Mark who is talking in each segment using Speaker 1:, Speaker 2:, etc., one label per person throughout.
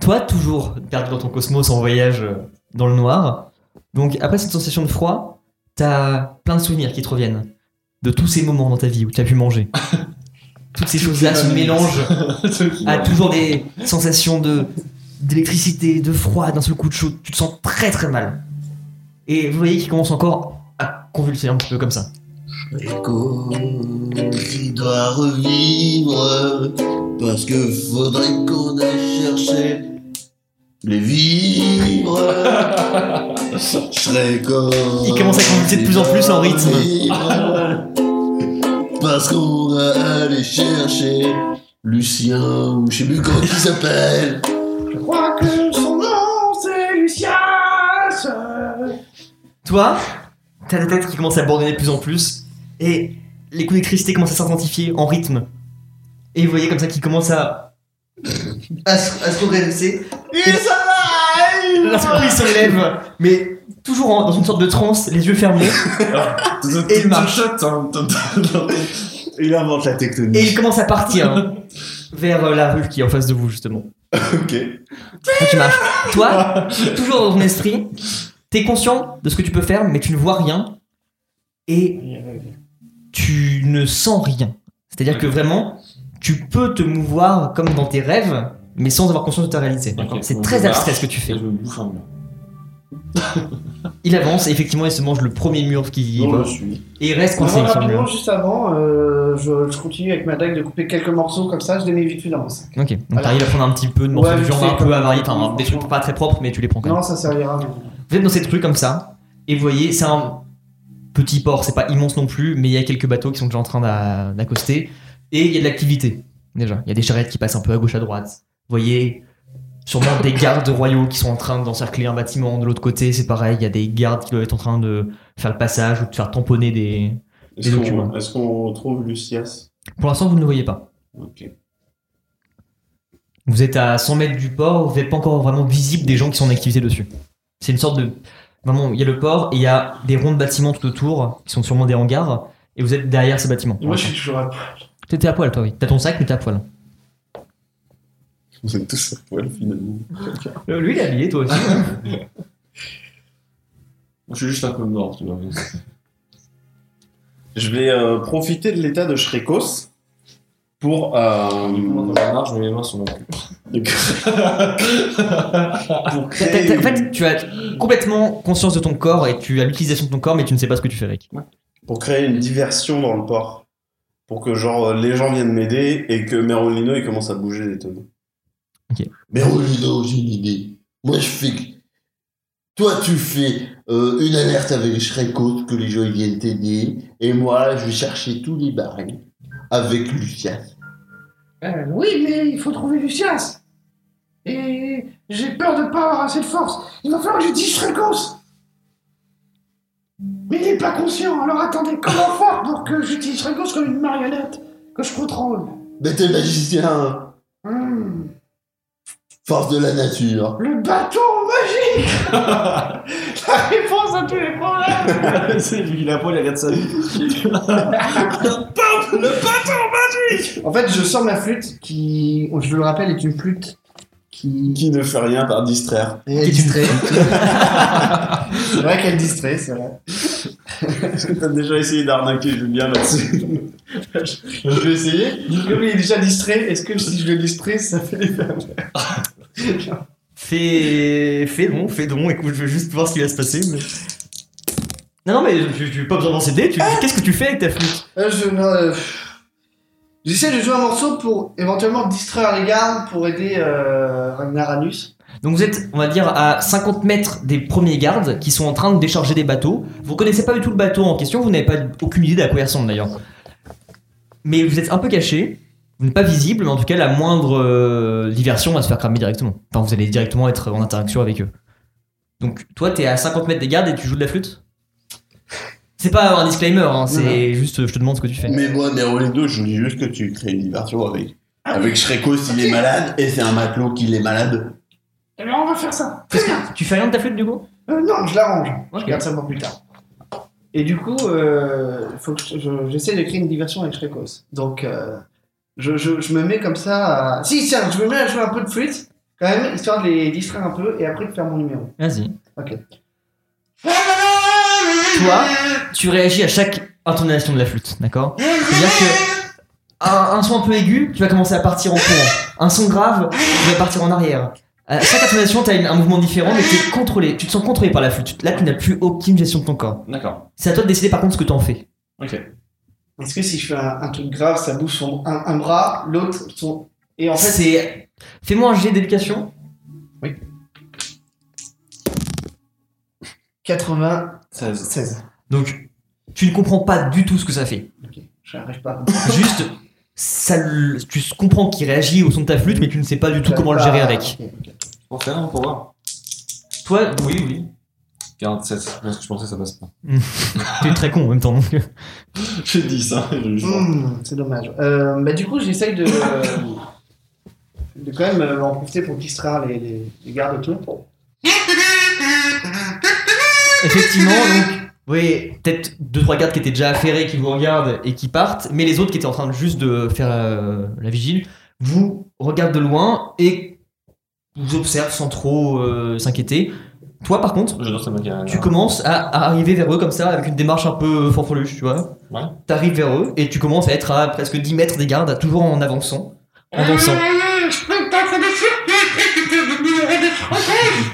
Speaker 1: Toi, toujours perdu dans ton cosmos en voyage euh, dans le noir. Donc, après cette sensation de froid, t'as plein de souvenirs qui te reviennent de tous ces moments dans ta vie où t'as pu manger. Toutes ces choses-là se mélangent à toujours des sensations de d'électricité, de froid, d'un seul coup de chaud. Tu te sens très très mal. Et vous voyez qu'il commence encore à convulser un petit peu comme ça.
Speaker 2: Echo, il doit revivre, parce que faudrait qu'on aille chercher les vivres. Shrek,
Speaker 1: Il commence à convulser de plus en plus en rythme.
Speaker 2: Vivre, Parce qu'on doit aller chercher Lucien, ou je sais plus comment il s'appelle.
Speaker 3: Je crois que son nom c'est Lucien.
Speaker 1: Toi, t'as la tête qui commence à bourdonner de plus en plus, et les coups d'électricité commencent à s'intensifier en rythme. Et vous voyez comme ça qu'il commence à. à se, à se redresser.
Speaker 3: Il s'arrête
Speaker 1: D'un seul coup, il se relève, mais toujours en- dans une sorte de transe, les yeux fermés, Et il marche.
Speaker 4: hein. Il invente la
Speaker 1: et
Speaker 4: tectonique.
Speaker 1: il commence à partir vers euh, la rue qui est en face de vous, justement.
Speaker 4: Ok.
Speaker 1: Toi, tu marches. Toi, toujours dans ton esprit, t'es conscient de ce que tu peux faire, mais tu ne vois rien, et tu ne sens rien. C'est-à-dire que vraiment, tu peux te mouvoir comme dans tes rêves, mais sans avoir conscience de ta réalité.
Speaker 5: Ok.
Speaker 1: C'est
Speaker 5: Donc,
Speaker 1: très
Speaker 5: je
Speaker 1: abstrait
Speaker 5: marche
Speaker 1: ce que tu
Speaker 5: Et
Speaker 1: fais.
Speaker 5: je me bouffe un mur.
Speaker 1: Il avance et effectivement, il se mange le premier mur qui
Speaker 3: Oh,
Speaker 4: On le suit.
Speaker 1: et il reste coincé
Speaker 3: Vraiment,
Speaker 1: sur le
Speaker 3: rapidement,
Speaker 1: mur.
Speaker 3: juste avant, euh, je, je continue avec ma dague de couper quelques morceaux comme ça, je les mets vite fait dans mon sac.
Speaker 1: Ok, donc t'arrives à prendre un petit peu de
Speaker 3: Ouais,
Speaker 1: morceaux de
Speaker 3: je
Speaker 1: viande
Speaker 3: sais,
Speaker 1: un peu
Speaker 3: comme-
Speaker 1: avariés, enfin des trucs pas très propres, mais tu les prends quand même.
Speaker 3: Non, ça servira. mais-
Speaker 1: Vous êtes dans cette rue comme ça, et vous voyez, c'est un petit port, c'est pas immense non plus, mais il y a quelques bateaux qui sont déjà en train d'a- d'accoster, et il y a de l'activité, déjà. Il y a des charrettes qui passent un peu à gauche, à droite. Vous voyez, sûrement des gardes royaux qui sont en train d'encercler un bâtiment de l'autre côté, c'est pareil, il y a des gardes qui doivent être en train de faire le passage ou de faire tamponner des...
Speaker 4: Est-ce
Speaker 1: Les
Speaker 4: qu'on
Speaker 1: documents.
Speaker 4: est-ce qu'on retrouve Lucias
Speaker 1: Pour l'instant, vous ne le voyez pas.
Speaker 4: Ok.
Speaker 1: Vous êtes à 100 mètres du port, vous n'êtes pas encore vraiment visible des gens qui sont en activité dessus. C'est une sorte de. Vraiment, il y a le port et il y a des ronds de bâtiments tout autour, qui sont sûrement des hangars, et vous êtes derrière ces bâtiments.
Speaker 3: Et moi, je suis toujours à
Speaker 1: T'étais à poil, toi, oui. T'as ton sac, mais t'es à poil.
Speaker 4: Vous êtes tous à poil finalement.
Speaker 1: Euh, lui, il est habillé, toi aussi.
Speaker 5: Je suis juste un peu mort, tu vois.
Speaker 4: Je vais euh, profiter de l'état de Shrekos pour.
Speaker 5: Quand
Speaker 4: Euh,
Speaker 5: je marche, je mets les mains sur mon cul.
Speaker 4: pour créer.
Speaker 1: en fait, tu as complètement conscience de ton corps et tu as l'utilisation de ton corps, mais tu ne sais pas ce que tu fais avec.
Speaker 4: pour créer une diversion dans le port. Pour que genre euh, les gens viennent m'aider et que Merolino il commence à bouger des tonneaux.
Speaker 2: Mais Rolino, j'ai une idée. Moi, je fais. que- Toi, tu fais euh, une alerte avec Shrek Haute que les gens ils viennent t'aider. Et moi, je vais chercher tous les barils avec Lucien.
Speaker 3: Euh, oui, mais il faut trouver Lucias. Et j'ai peur de pas avoir assez de force. Il va falloir que je dise fréquence. Mais il n'est pas conscient, alors attendez, comment faire pour que j'utilise fréquence comme une marionnette que je contrôle
Speaker 2: Mais t'es magicien, hein?
Speaker 3: Hmm,
Speaker 2: force de la nature.
Speaker 3: Le bâton magique La réponse à tous les problèmes
Speaker 4: C'est lui, la poil, il regarde sa vie.
Speaker 3: En fait, je sors ma flûte qui, je le rappelle, est une flûte qui...
Speaker 4: Qui ne fait rien par distraire.
Speaker 3: est distrait. c'est vrai qu'elle distrait, c'est vrai.
Speaker 4: Est-ce que t'as déjà essayé d'arnaquer Julien là-dessus
Speaker 3: Je vais essayer. Comme il est déjà distrait, est-ce que si je le distrais, ça fait des
Speaker 1: Fais. Fais donc, fais donc. Écoute, je veux juste voir ce qui va se passer. mais- Non, non, mais tu n'as pas besoin d'en céder. Tu... Qu'est-ce que tu fais avec ta flûte
Speaker 3: Euh, je, non, euh, J'essaie de jouer un morceau pour éventuellement distraire les gardes pour aider euh, Ragnar Anus.
Speaker 1: Donc, vous êtes, on va dire, à 50 mètres des premiers gardes qui sont en train de décharger des bateaux. Vous connaissez pas du tout le bateau en question. Vous n'avez pas aucune idée de à quoi il ressemble d'ailleurs. Mais vous êtes un peu caché. Vous n'êtes pas visible, mais en tout cas, la moindre euh, diversion va se faire cramer directement. Enfin, vous allez directement être en interaction avec eux. Donc, toi, t'es à 50 mètres des gardes et tu joues de la flûte C'est pas un disclaimer, hein, c'est juste, euh, je te demande ce que tu fais.
Speaker 2: Mais moi, Merolino, je dis juste que tu crées une diversion avec. Avec Shrekos, il est malade, et c'est un matelot qui est malade.
Speaker 3: Eh bien, on va faire ça.
Speaker 1: Qu'est-ce que- tu fais rien de ta flûte du coup
Speaker 3: Euh, non, je l'arrange. Je
Speaker 1: Ok.
Speaker 3: garde ça pour plus tard. Et du coup, euh, faut que je- je- j'essaie de créer une diversion avec Shrekos. Donc, euh, je, je- je me mets comme ça à... Si, tiens, je me mets à jouer un peu de flûte. quand même, histoire de les distraire un peu et après de faire mon numéro.
Speaker 1: Vas-y.
Speaker 3: Ok.
Speaker 1: Toi, tu réagis à chaque intonation de la flûte, d'accord C'est-à-dire que un, un son un peu aigu, tu vas commencer à partir en courant. Un son grave, tu vas partir en arrière. À chaque intonation, tu as un mouvement différent, mais tu es contrôlé. Tu te sens contrôlé par la flûte. Là, tu n'as plus aucune gestion de ton corps.
Speaker 6: D'accord.
Speaker 1: C'est à toi de décider par contre ce que tu en fais.
Speaker 3: Est-ce que si je fais un, un truc grave, ça bouge son, un, un bras, l'autre, son. Et en fait,
Speaker 1: c'est. Fais-moi un jet d'éducation.
Speaker 3: 96.
Speaker 6: 16.
Speaker 1: Donc, tu ne comprends pas du tout ce que ça fait.
Speaker 3: Ok, j'arrive pas. à-
Speaker 1: Juste, ça, le- tu comprends qu'il réagit au son de ta flûte, mais tu ne sais pas du tout comment le
Speaker 3: pas-
Speaker 1: gérer avec.
Speaker 3: ok.
Speaker 6: Pour faire, pour voir.
Speaker 1: Toi, oui, oui.
Speaker 6: 47. Parce que je pensais que ça passe pas.
Speaker 1: T'es très con en même temps. donc.
Speaker 6: J'ai dit ça.
Speaker 1: Mmh.
Speaker 6: Je jure.
Speaker 3: Hmm, c'est dommage. Euh, bah, du coup, j'essaye de, de quand même euh, en profiter pour distraire les, les, les gardes autour.
Speaker 1: Effectivement, donc, vous voyez peut-être deux trois gardes qui étaient déjà affairés, qui vous regardent et qui partent, mais les autres qui étaient en train de juste de faire euh, la vigile, vous regardent de loin et vous observent sans trop euh, s'inquiéter. Toi, par contre,
Speaker 6: Je danse avec un.
Speaker 1: tu commences à, à arriver vers eux comme ça, avec une démarche un peu fanfreluche, tu vois.
Speaker 6: Ouais.
Speaker 1: T'arrives vers eux et tu commences à être à presque 10 mètres des gardes, toujours en avançant, en dansant.
Speaker 7: Spectacle de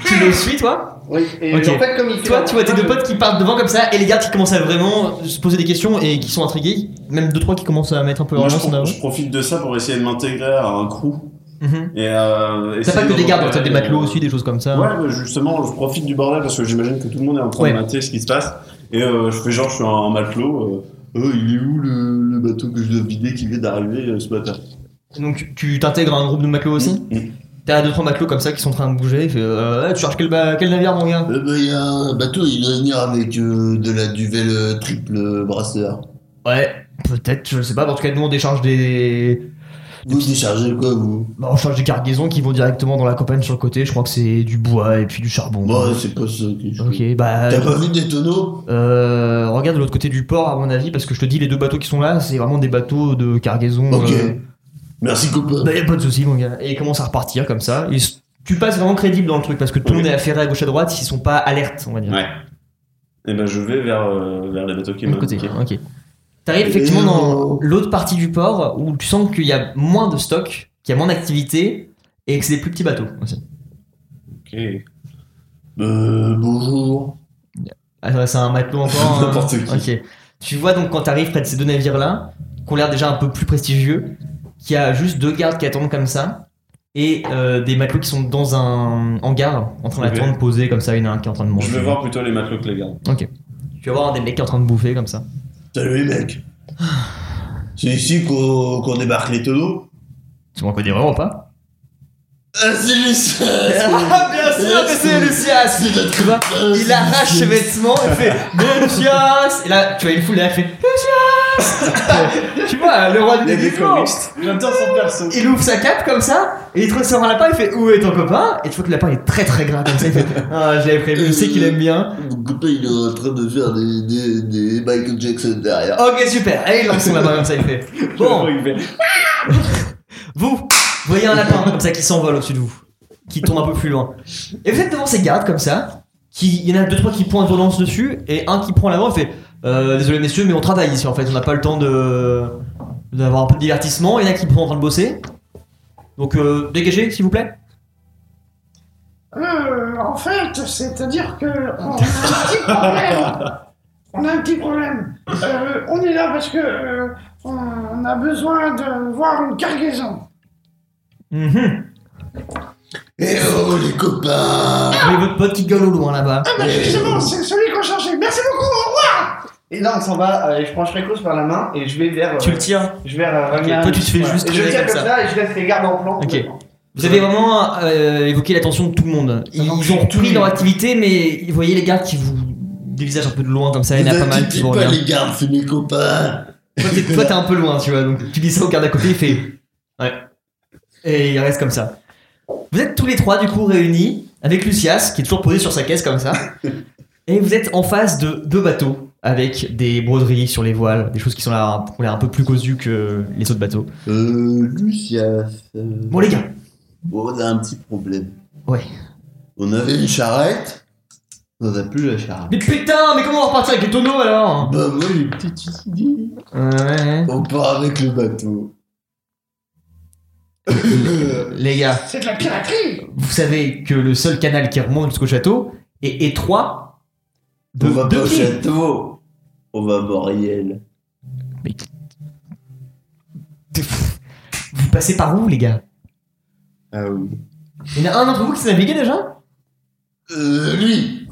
Speaker 1: Tu les suis, toi
Speaker 3: Oui, et
Speaker 1: Ok.
Speaker 3: en fait, comme il fait
Speaker 1: Toi, tu vois tes deux potes qui partent devant comme ça, et les gardes qui commencent à vraiment se poser des questions et qui sont intrigués, même deux trois qui commencent à mettre un peu
Speaker 4: Moi,
Speaker 1: leur
Speaker 4: je,
Speaker 1: lance en
Speaker 4: pro-
Speaker 1: avant.
Speaker 4: je profite de ça pour essayer de m'intégrer à un crew.
Speaker 1: Mhm.
Speaker 4: Et, euh,
Speaker 1: T'as pas
Speaker 4: essayer
Speaker 1: que
Speaker 4: de
Speaker 1: des gardes,
Speaker 4: repérer-
Speaker 1: t'as des matelots aussi, des choses comme ça.
Speaker 4: euh, Ouais, ouais, justement, je profite du bordel parce que j'imagine que tout le monde est en train
Speaker 1: Ouais.
Speaker 4: de mater ce qui se passe. Et euh, je fais genre, je suis un, un matelot. euh, Oh, il est où le, le bateau que je dois vider qui vient d'arriver euh, ce matin
Speaker 1: Donc tu t'intègres à un groupe de matelots aussi.
Speaker 4: Mhm.
Speaker 1: T'as deux trois matelots comme ça qui sont en train de bouger. et fait, euh, Ouais, tu cherches quel, ba- quel navire, mon gars
Speaker 2: Eh ben, il y a un bateau, il doit venir avec euh, de la duvel euh, triple brasseur.
Speaker 1: Ouais, peut-être, je sais pas. mais En tout cas, nous on décharge des,
Speaker 2: Vous déchargez quoi, vous
Speaker 1: bah, on charge des cargaisons qui vont directement dans la campagne sur le côté. Je crois que c'est du bois et puis du charbon.
Speaker 2: Moi, c'est pas ça que je
Speaker 1: Ok, bah.
Speaker 2: Bah, T'as pas vu des tonneaux
Speaker 1: Euh, regarde de l'autre côté du port, à mon avis, parce que je te dis, les deux bateaux qui sont là, c'est vraiment des bateaux de cargaison.
Speaker 2: Ok.
Speaker 1: euh,
Speaker 2: Merci, copain.
Speaker 1: bah, y a pas de soucis, mon gars. Et ils commencent à repartir comme ça. Ils s- tu passes vraiment crédible dans le truc, parce que tout le
Speaker 4: Ok.
Speaker 1: monde est affairé à gauche à droite, ils sont pas alertes, on va dire.
Speaker 4: Ouais. Et ben, je vais vers, euh, vers les bateaux
Speaker 1: De
Speaker 4: qui
Speaker 1: l'autre
Speaker 4: m'ont
Speaker 1: côté,
Speaker 4: indiqué.
Speaker 1: ok. T'arrives effectivement dans l'autre partie du port où tu sens qu'il y a moins de stock, qu'il y a moins d'activité et que c'est des plus petits bateaux aussi.
Speaker 4: Ok.
Speaker 1: Bah,
Speaker 2: Euh, bonjour.
Speaker 1: Ah, ouais, c'est un matelot encore. hein.
Speaker 4: N'importe qui.
Speaker 1: Ok. Tu vois donc quand t'arrives près de ces deux navires là, qui ont l'air déjà un peu plus prestigieux, qu'il y a juste deux gardes qui attendent comme ça, et euh, des matelots qui sont dans un hangar en train
Speaker 4: Ok.
Speaker 1: d'attendre posés comme ça, il y en a un qui est en train de manger.
Speaker 4: Je vais voir plutôt les matelots que les gardes.
Speaker 1: Tu vas voir un des mecs qui est en train de bouffer comme ça.
Speaker 2: Salut, les mecs. C'est ici qu'on qu'on débarque les tonneaux
Speaker 1: Tu m'en connais vraiment pas
Speaker 2: Ah, c'est Lucien
Speaker 4: Ah,
Speaker 1: bien
Speaker 2: sûr que c'est
Speaker 1: Lucias
Speaker 2: C'est notre
Speaker 1: Tu vois,
Speaker 2: copain,
Speaker 1: Il
Speaker 2: c'est
Speaker 1: arrache ses
Speaker 2: Lucien.
Speaker 1: vêtements et fait Lucias Et là, tu vois une foule, et elle fait Lucias Tu vois, le roi de l'équipement
Speaker 4: J'adore son perso.
Speaker 1: Il ouvre sa cape comme ça, et il te ressort un lapin, il fait Où est ton copain Et tu vois que le lapin est très très gras comme ça, il fait Ah, je l'avais prévu, je sais qu'il aime bien.
Speaker 2: Mon copain, il est en train de faire des, des, des Michael Jackson derrière.
Speaker 1: Ok, super Et il lance son lapin comme ça, il fait Bon, vous, voyez un lapin comme ça qui s'envole au-dessus de vous, qui tombe un peu plus loin. Et vous êtes devant ces gardes comme ça, qui, il y en a deux trois qui pointent violence dessus, et un qui prend l'avant et fait Euh, Désolé messieurs, mais on travaille ici en fait, on n'a pas le temps de d'avoir un peu de divertissement, il y en a qui sont en train de bosser. Donc euh, dégagez s'il vous plaît.
Speaker 7: Euh, en fait, c'est-à-dire que on a un petit problème. On a un petit problème. Euh, on est là parce que euh, on a besoin de voir une cargaison.
Speaker 1: Mhm.
Speaker 2: Eh oh, les copains
Speaker 1: Mais votre pote qui gueule au loin là-bas.
Speaker 7: Ah bah justement, c'est celui qu'on cherchait. Merci beaucoup. au revoir.
Speaker 3: Et là, on s'en va, euh, et je prends Shrekos par la main et je vais vers. euh,
Speaker 1: Tu le tires.
Speaker 3: je vais vers euh,
Speaker 1: Ok,
Speaker 3: Ramian.
Speaker 1: toi, tu te fais juste
Speaker 3: Et je
Speaker 1: tirer
Speaker 3: tire
Speaker 1: comme
Speaker 3: comme
Speaker 1: ça.
Speaker 3: ça. et je laisse les gardes en plan.
Speaker 1: Ok. Vous avez vraiment euh, évoqué l'attention de tout le monde. Ils
Speaker 3: manque
Speaker 1: ont repris
Speaker 3: tout.
Speaker 1: leur activité, mais vous voyez les gars qui vous dévisagent un peu de loin comme ça. Il y en a
Speaker 2: Ne
Speaker 1: pas mal qui
Speaker 2: quittez
Speaker 1: vous
Speaker 2: pas,
Speaker 1: regardent.
Speaker 2: les gardes, c'est mes copains
Speaker 1: Toi, t'es- Toi, t'es un peu loin, tu vois. Donc, tu dis ça au garde à côté, il fait. Ouais. Et il reste comme ça. Vous êtes tous les trois, du coup, réunis avec Lucias, qui est toujours posé sur sa caisse comme ça. Et vous êtes en face de deux bateaux avec des broderies sur les voiles, des choses qui sont là, qui ont l'air un peu plus cousues que les autres bateaux.
Speaker 2: Euh, Lucia... euh,
Speaker 1: Bon les gars,
Speaker 2: Bon, on a un petit problème.
Speaker 1: Ouais.
Speaker 2: On avait une charrette, on n'a plus la charrette.
Speaker 1: Mais putain, mais comment on va repartir avec les tonneaux alors
Speaker 2: Bah moi j'ai une petite idée.
Speaker 1: Ouais.
Speaker 2: On part avec le bateau.
Speaker 1: Les gars,
Speaker 7: C'est de la piraterie
Speaker 1: vous savez que le seul canal qui remonte jusqu'au château est étroit de
Speaker 2: on va
Speaker 1: deux
Speaker 2: pas au
Speaker 1: pieds.
Speaker 2: château. On va à Moriel.
Speaker 1: Vous passez par où, les gars
Speaker 4: Ah oui.
Speaker 1: Il y en a un d'entre vous qui sait naviguer déjà
Speaker 2: Euh, lui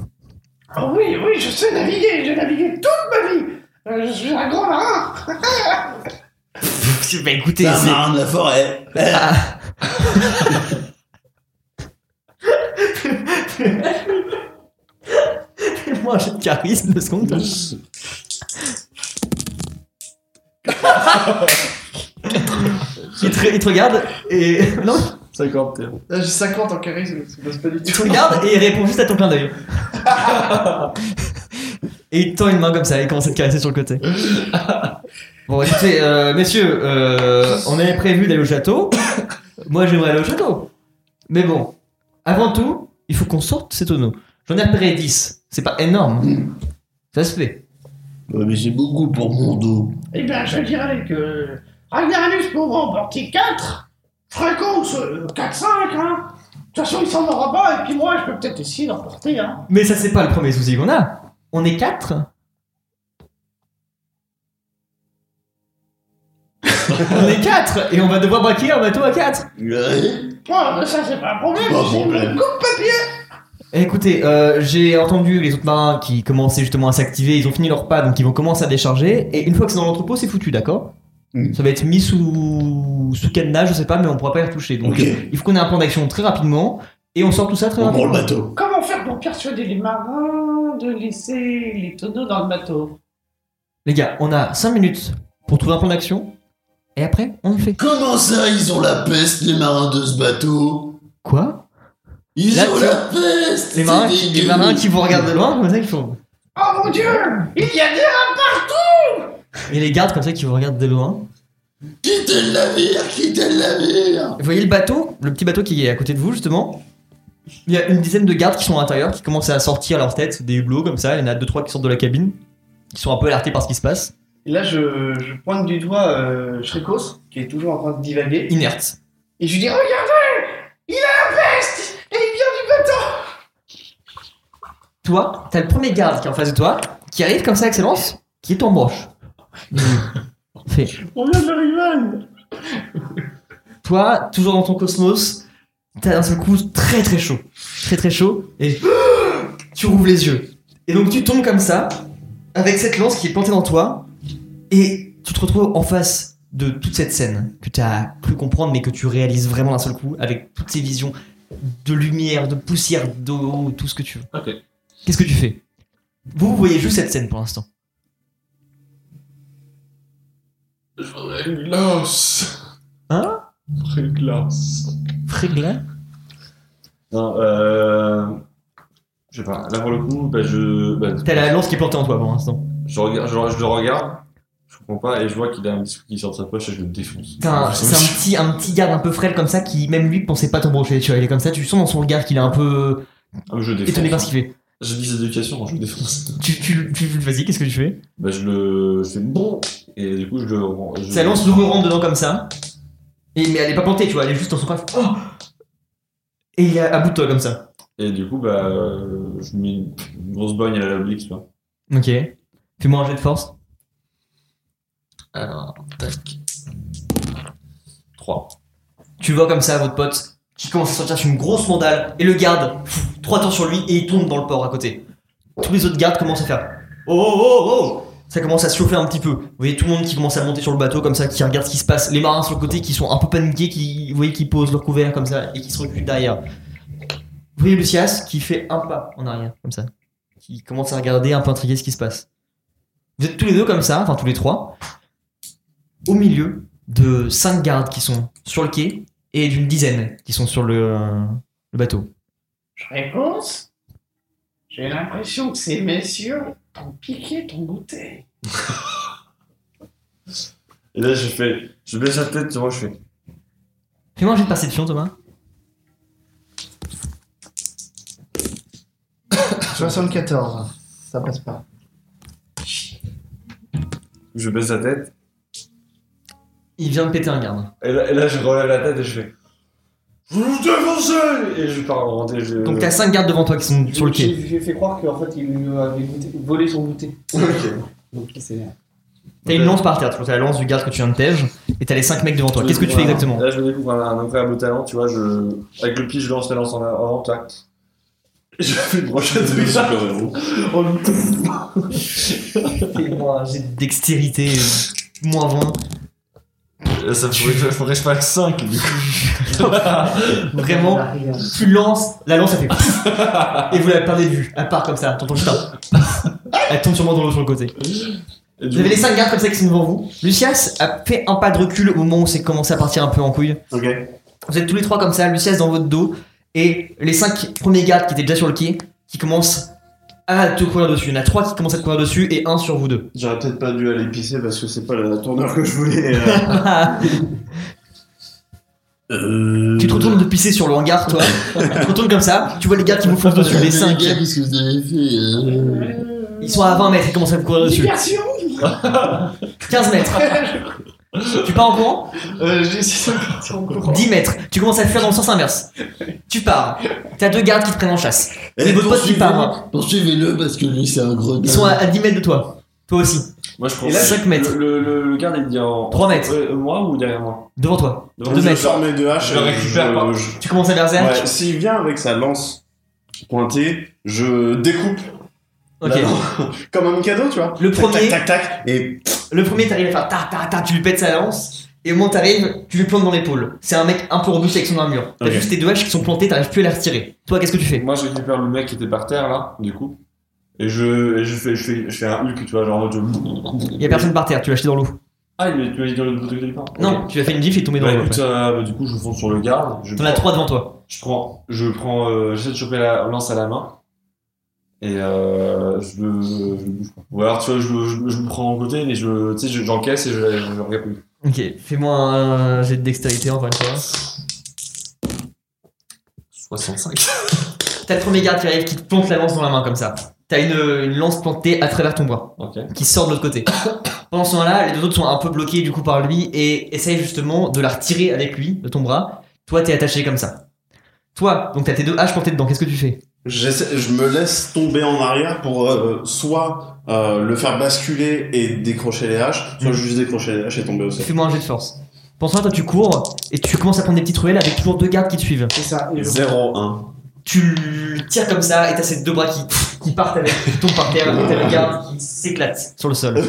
Speaker 7: Ah oui, oui, je sais naviguer, j'ai navigué toute ma vie Euh, Je suis un grand marin
Speaker 1: Bah écoutez,
Speaker 2: C'est un
Speaker 1: c'est-
Speaker 2: marin de la forêt.
Speaker 1: moi un jet de charisme deux secondes. il, te, il te regarde et. Non,
Speaker 3: 50. Là, j'ai 50 en charisme, ça passe pas du
Speaker 1: il te
Speaker 3: tout.
Speaker 1: regarde et il répond juste à ton clin d'œil. et il te tend une main comme ça et il commence à te caresser sur le côté. Bon, écoutez, euh, messieurs, euh, on avait prévu d'aller au château. Moi, j'aimerais aller au château. Mais bon, avant tout, il faut qu'on sorte ces tonneaux. J'en ai repéré 10. C'est pas énorme. Ça se fait.
Speaker 2: Ouais, mais c'est beaucoup pour mon dos.
Speaker 7: Eh bien, je dirais que Ragnarus pourra en porter 4, fréquence 4-5, euh, hein De toute façon, il s'en aura pas, et puis moi, je peux peut-être essayer d'en porter, hein
Speaker 1: Mais ça, c'est pas le premier souci qu'on a. On est quatre. on est quatre et on va devoir braquer un bateau à quatre.
Speaker 2: Ouais.
Speaker 7: Moi, mais ça, c'est pas un problème,
Speaker 2: Pas
Speaker 7: c'est
Speaker 2: problème.
Speaker 7: mon coupe-papier
Speaker 1: Eh, Écoutez, euh, j'ai entendu les autres marins qui commençaient justement à s'activer. Ils ont fini leur repas, donc ils vont commencer à décharger. Et une fois que c'est dans l'entrepôt, c'est foutu, d'accord
Speaker 2: Mm.
Speaker 1: Ça va être mis sous sous cadenas, je sais pas, mais on pourra pas y retoucher. Donc
Speaker 2: Ok.
Speaker 1: euh, il faut qu'on ait un plan d'action très rapidement et on sort tout ça très
Speaker 2: On prend
Speaker 1: rapidement.
Speaker 2: le bateau.
Speaker 7: Comment faire pour persuader les marins de laisser les tonneaux dans le bateau
Speaker 1: Les gars, on a 5 minutes pour trouver un plan d'action et après on le fait.
Speaker 2: Comment ça, ils ont la peste, les marins de ce bateau
Speaker 1: Quoi
Speaker 2: Ils
Speaker 1: Là,
Speaker 2: ont
Speaker 1: tu-
Speaker 2: la peste
Speaker 1: Les
Speaker 2: c'est
Speaker 1: marins, qui, les
Speaker 2: dégueu.
Speaker 1: marins qui vous regardent de loin, comme ça qu'ils font.
Speaker 7: Oh mon dieu Il y a des...
Speaker 1: Et les gardes comme ça qui vous regardent de loin.
Speaker 2: Quittez le navire, quittez le navire
Speaker 1: Vous voyez le bateau, le petit bateau qui est à côté de vous justement. Il y a une dizaine de gardes qui sont à l'intérieur, qui commencent à sortir leur tête des hublots comme ça. Il y en a deux trois qui sortent de la cabine, qui sont un peu alertés par ce qui se passe.
Speaker 3: Et là, je, je pointe du doigt euh, Shrekos, qui est toujours en train de divaguer.
Speaker 1: Inertes.
Speaker 3: Et je lui dis
Speaker 7: Peste Et il vient du bateau
Speaker 1: Toi, t'as le premier garde qui est en face de toi, qui arrive comme ça, excellence, qui est en broche. Fait.
Speaker 3: On vient de le rival
Speaker 1: Toi, toujours dans ton cosmos, t'as d'un seul coup très très chaud. Très très chaud. Et tu rouvres les yeux. Et donc tu tombes comme ça, avec cette lance qui est plantée dans toi. Et tu te retrouves en face de toute cette scène que tu as cru comprendre, mais que tu réalises vraiment d'un seul coup, avec toutes ces visions de lumière, de poussière, d'eau, tout ce que tu veux.
Speaker 6: Ok.
Speaker 1: Qu'est-ce que tu fais Vous, vous voyez juste cette scène pour l'instant.
Speaker 6: J'aurais une glace.
Speaker 1: Hein
Speaker 6: J'aurais une glace.
Speaker 1: Frégla
Speaker 6: Non, euh. Je sais pas, là pour le coup, bah, je. Bah,
Speaker 1: T'as la lance qui est plantée en toi pour l'instant.
Speaker 6: je, regarde, je, je le regarde, je comprends pas, et je vois qu'il a un biscuit qui sort de sa poche et je le défonce.
Speaker 1: T'as un-
Speaker 6: Je-
Speaker 1: c'est un petit, un petit garde un peu frêle comme ça qui, même lui, pensait pas t'embrocher, tu vois. Il est comme ça, tu sens dans son regard qu'il est un peu
Speaker 6: Ah, mais je le défonce.
Speaker 1: étonné par ce qu'il fait.
Speaker 6: J'ai des éducations, je le défonce.
Speaker 1: Tu, tu, tu, vas-y, qu'est-ce que tu fais
Speaker 6: Bah, je le. Je fais bon Et du coup, je le. rends- Je...
Speaker 1: Ça lance le rentre dedans comme ça. Et, mais elle est pas plantée, tu vois, elle est juste dans son coin. Oh Et il est à bout de toi comme ça.
Speaker 6: Et du coup, bah. euh, Je mets une, une grosse boigne à la oblique, tu vois.
Speaker 1: Ok. Fais-moi un jet de force.
Speaker 6: Alors, tac. 3.
Speaker 1: Tu vois comme ça votre pote qui commence à sortir sur une grosse mandale et le garde, pff, trois tours sur lui et il tombe dans le port à côté. Tous les autres gardes commencent à faire Oh oh oh oh Ça commence à se chauffer un petit peu. Vous voyez tout le monde qui commence à monter sur le bateau comme ça, qui regarde ce qui se passe. Les marins sur le côté qui sont un peu paniqués, qui, vous voyez, qui posent leur couvert comme ça et qui se reculent derrière. Vous voyez Lucias qui fait un pas en arrière comme ça, qui commence à regarder un peu intrigué ce qui se passe. Vous êtes tous les deux comme ça, enfin tous les trois, au milieu de cinq gardes qui sont sur le quai et d'une dizaine qui sont sur le, euh, le bateau.
Speaker 3: Je réponse J'ai l'impression que ces messieurs t'ont piqué ton goûter.
Speaker 6: Et là, je fais. Je baisse la tête, tu vois, je fais.
Speaker 1: Fais-moi un jet de perception, Thomas.
Speaker 3: 74. Ça passe pas.
Speaker 6: Je baisse la tête.
Speaker 1: Il vient de péter un garde.
Speaker 6: Et là, et là, je relève la tête et je fais. Vous vous défoncez Et je pars en rentrer. Je...
Speaker 1: Donc t'as 5 gardes devant toi qui sont sur le
Speaker 3: J'ai-
Speaker 1: quai.
Speaker 3: J'ai fait croire qu'en fait, il lui avait goûté- volé son goûter.
Speaker 4: Ok.
Speaker 3: Donc, il s'énerve.
Speaker 1: T'as une lance par terre, tu vois, t'as la lance du garde que tu viens de tège, et t'as les 5 mecs devant toi. Qu'est-ce que tu fais exactement
Speaker 6: Là, je me découvre un, un incroyable talent, tu vois. Je... Avec le pied, je lance la lance en avant, tac. Et Je fais une brochette de super-héros.
Speaker 1: Fais-moi un jet de dextérité, euh, moins 20.
Speaker 6: Ça faudrait, faudrait que je fasse 5.
Speaker 1: Vraiment, tu lances, la lance, elle fait. et vous la perdez de vue, elle part comme ça, t'entends juste un. Elle tombe sûrement dans l'eau sur le côté.
Speaker 6: Et
Speaker 1: Vous
Speaker 6: du
Speaker 1: avez
Speaker 6: coup,
Speaker 1: les 5 gardes comme ça qui sont devant vous. Lucias a fait un pas de recul au moment où c'est commencé à partir un peu en couille.
Speaker 4: Ok.
Speaker 1: Vous êtes tous les trois comme ça, Lucias dans votre dos, et les 5 premiers gardes qui étaient déjà sur le quai, qui commencent à te courir dessus. Il y en a 3 qui commencent à te courir dessus et un sur vous deux.
Speaker 4: J'aurais peut-être pas dû aller pisser parce que c'est pas la tourneur que je voulais. euh. euh.
Speaker 1: Tu te retournes de pisser sur le hangar, toi. tu te retournes comme ça, tu vois les gardes qui vous foncent dessus, les 5.
Speaker 2: gars, qu'est-ce que vous avez fait hein
Speaker 7: Euh,
Speaker 1: Ils sont à 20 mètres, ils commencent à vous courir dessus.
Speaker 7: Diversion
Speaker 1: 15 mètres. tu pars en courant
Speaker 3: Euh, J'ai essayé de partir en courant.
Speaker 1: 10 mètres. Tu commences à le faire dans le sens inverse. Tu pars. T'as deux gardes qui te prennent en chasse.
Speaker 4: Euh,
Speaker 2: Eh,
Speaker 1: Et votre pote qui
Speaker 2: poursuivez-le,
Speaker 1: part.
Speaker 2: hein. Poursuivez-le parce que lui, c'est un grenade.
Speaker 1: hein. Ils sont à, à 10 mètres de toi. Toi aussi.
Speaker 6: Moi, je prends
Speaker 1: Et là, 5 mètres.
Speaker 6: Le, le, le garde, il dit en.
Speaker 1: 3 mètres.
Speaker 6: Ouais, euh, moi ou derrière moi
Speaker 1: Devant toi.
Speaker 6: Devant
Speaker 1: Deux
Speaker 4: je
Speaker 1: mètres.
Speaker 4: sors mes deux haches.
Speaker 6: Je le récupère pas.
Speaker 4: euh, je-
Speaker 1: Tu commences à verser.
Speaker 4: Ouais, s'il vient avec sa lance pointée, je découpe.
Speaker 1: Ok.
Speaker 4: la lance. Comme un cadeau, tu vois.
Speaker 1: Le
Speaker 4: Tac,
Speaker 1: premier,
Speaker 4: Tac, tac, tac. Et
Speaker 1: le premier t'arrives à faire ta ta ta, tu lui pètes sa lance. Et au moment où t'arrives, tu lui plantes dans l'épaule. C'est un mec un peu robuste avec son armure. T'as
Speaker 6: Ok.
Speaker 1: juste tes deux haches qui sont plantées, t'arrives plus à les retirer. Toi, qu'est-ce que tu fais
Speaker 6: Moi, je récupère le mec qui était par terre, là, du coup. Et je, et je, fais, je, fais, je fais un Hulk, tu vois, genre en mode. Je...
Speaker 1: Il y a personne par terre, tu l'as jeté dans l'eau.
Speaker 6: Ah, il- tu m'as dit dans le bouteille de départ
Speaker 1: Non, tu as fait une gif et est tombé dans
Speaker 6: Bah
Speaker 1: l'eau.
Speaker 6: écoute, euh, bah, du coup, je fonce sur le garde. Je
Speaker 1: T'en as
Speaker 6: prends-
Speaker 1: trois devant toi.
Speaker 6: Je prends, je prends, euh, j'essaie de choper la lance à la main. Et euh, je le, je le bouge pas. Ou alors, tu vois, je, le- je, le- je me prends en côté, mais je, tu sais, je- j'encaisse et je, je, je regarde plus.
Speaker 1: Ok, fais-moi un jet de dextérité encore une fois.
Speaker 6: 65.
Speaker 1: T'as le premier garde qui arrive qui te plante la lance dans la main comme ça. T'as une, une lance plantée à travers ton bras
Speaker 6: Ok.
Speaker 1: qui sort de l'autre côté. Pendant ce temps-là, les deux autres sont un peu bloqués du coup par lui et essayent justement de la retirer avec lui de ton bras. Toi, t'es attaché comme ça. Toi, donc t'as tes deux haches plantées dedans. Qu'est-ce que tu fais
Speaker 4: j'essaie- je me laisse tomber en arrière pour euh, soit euh, le faire basculer et décrocher les haches, soit
Speaker 1: Mm.
Speaker 4: juste décrocher les haches et tomber au sol.
Speaker 1: Fais-moi un jet de force. Pendant ce temps-là, toi, tu cours et tu commences à prendre des petites ruelles avec toujours deux gardes qui te suivent.
Speaker 3: C'est ça. Et je-
Speaker 4: 0-1.
Speaker 1: tu tires comme ça et t'as ces deux bras qui, qui partent avec, qui tombent par terre et t'as le garde qui s'éclate sur le sol.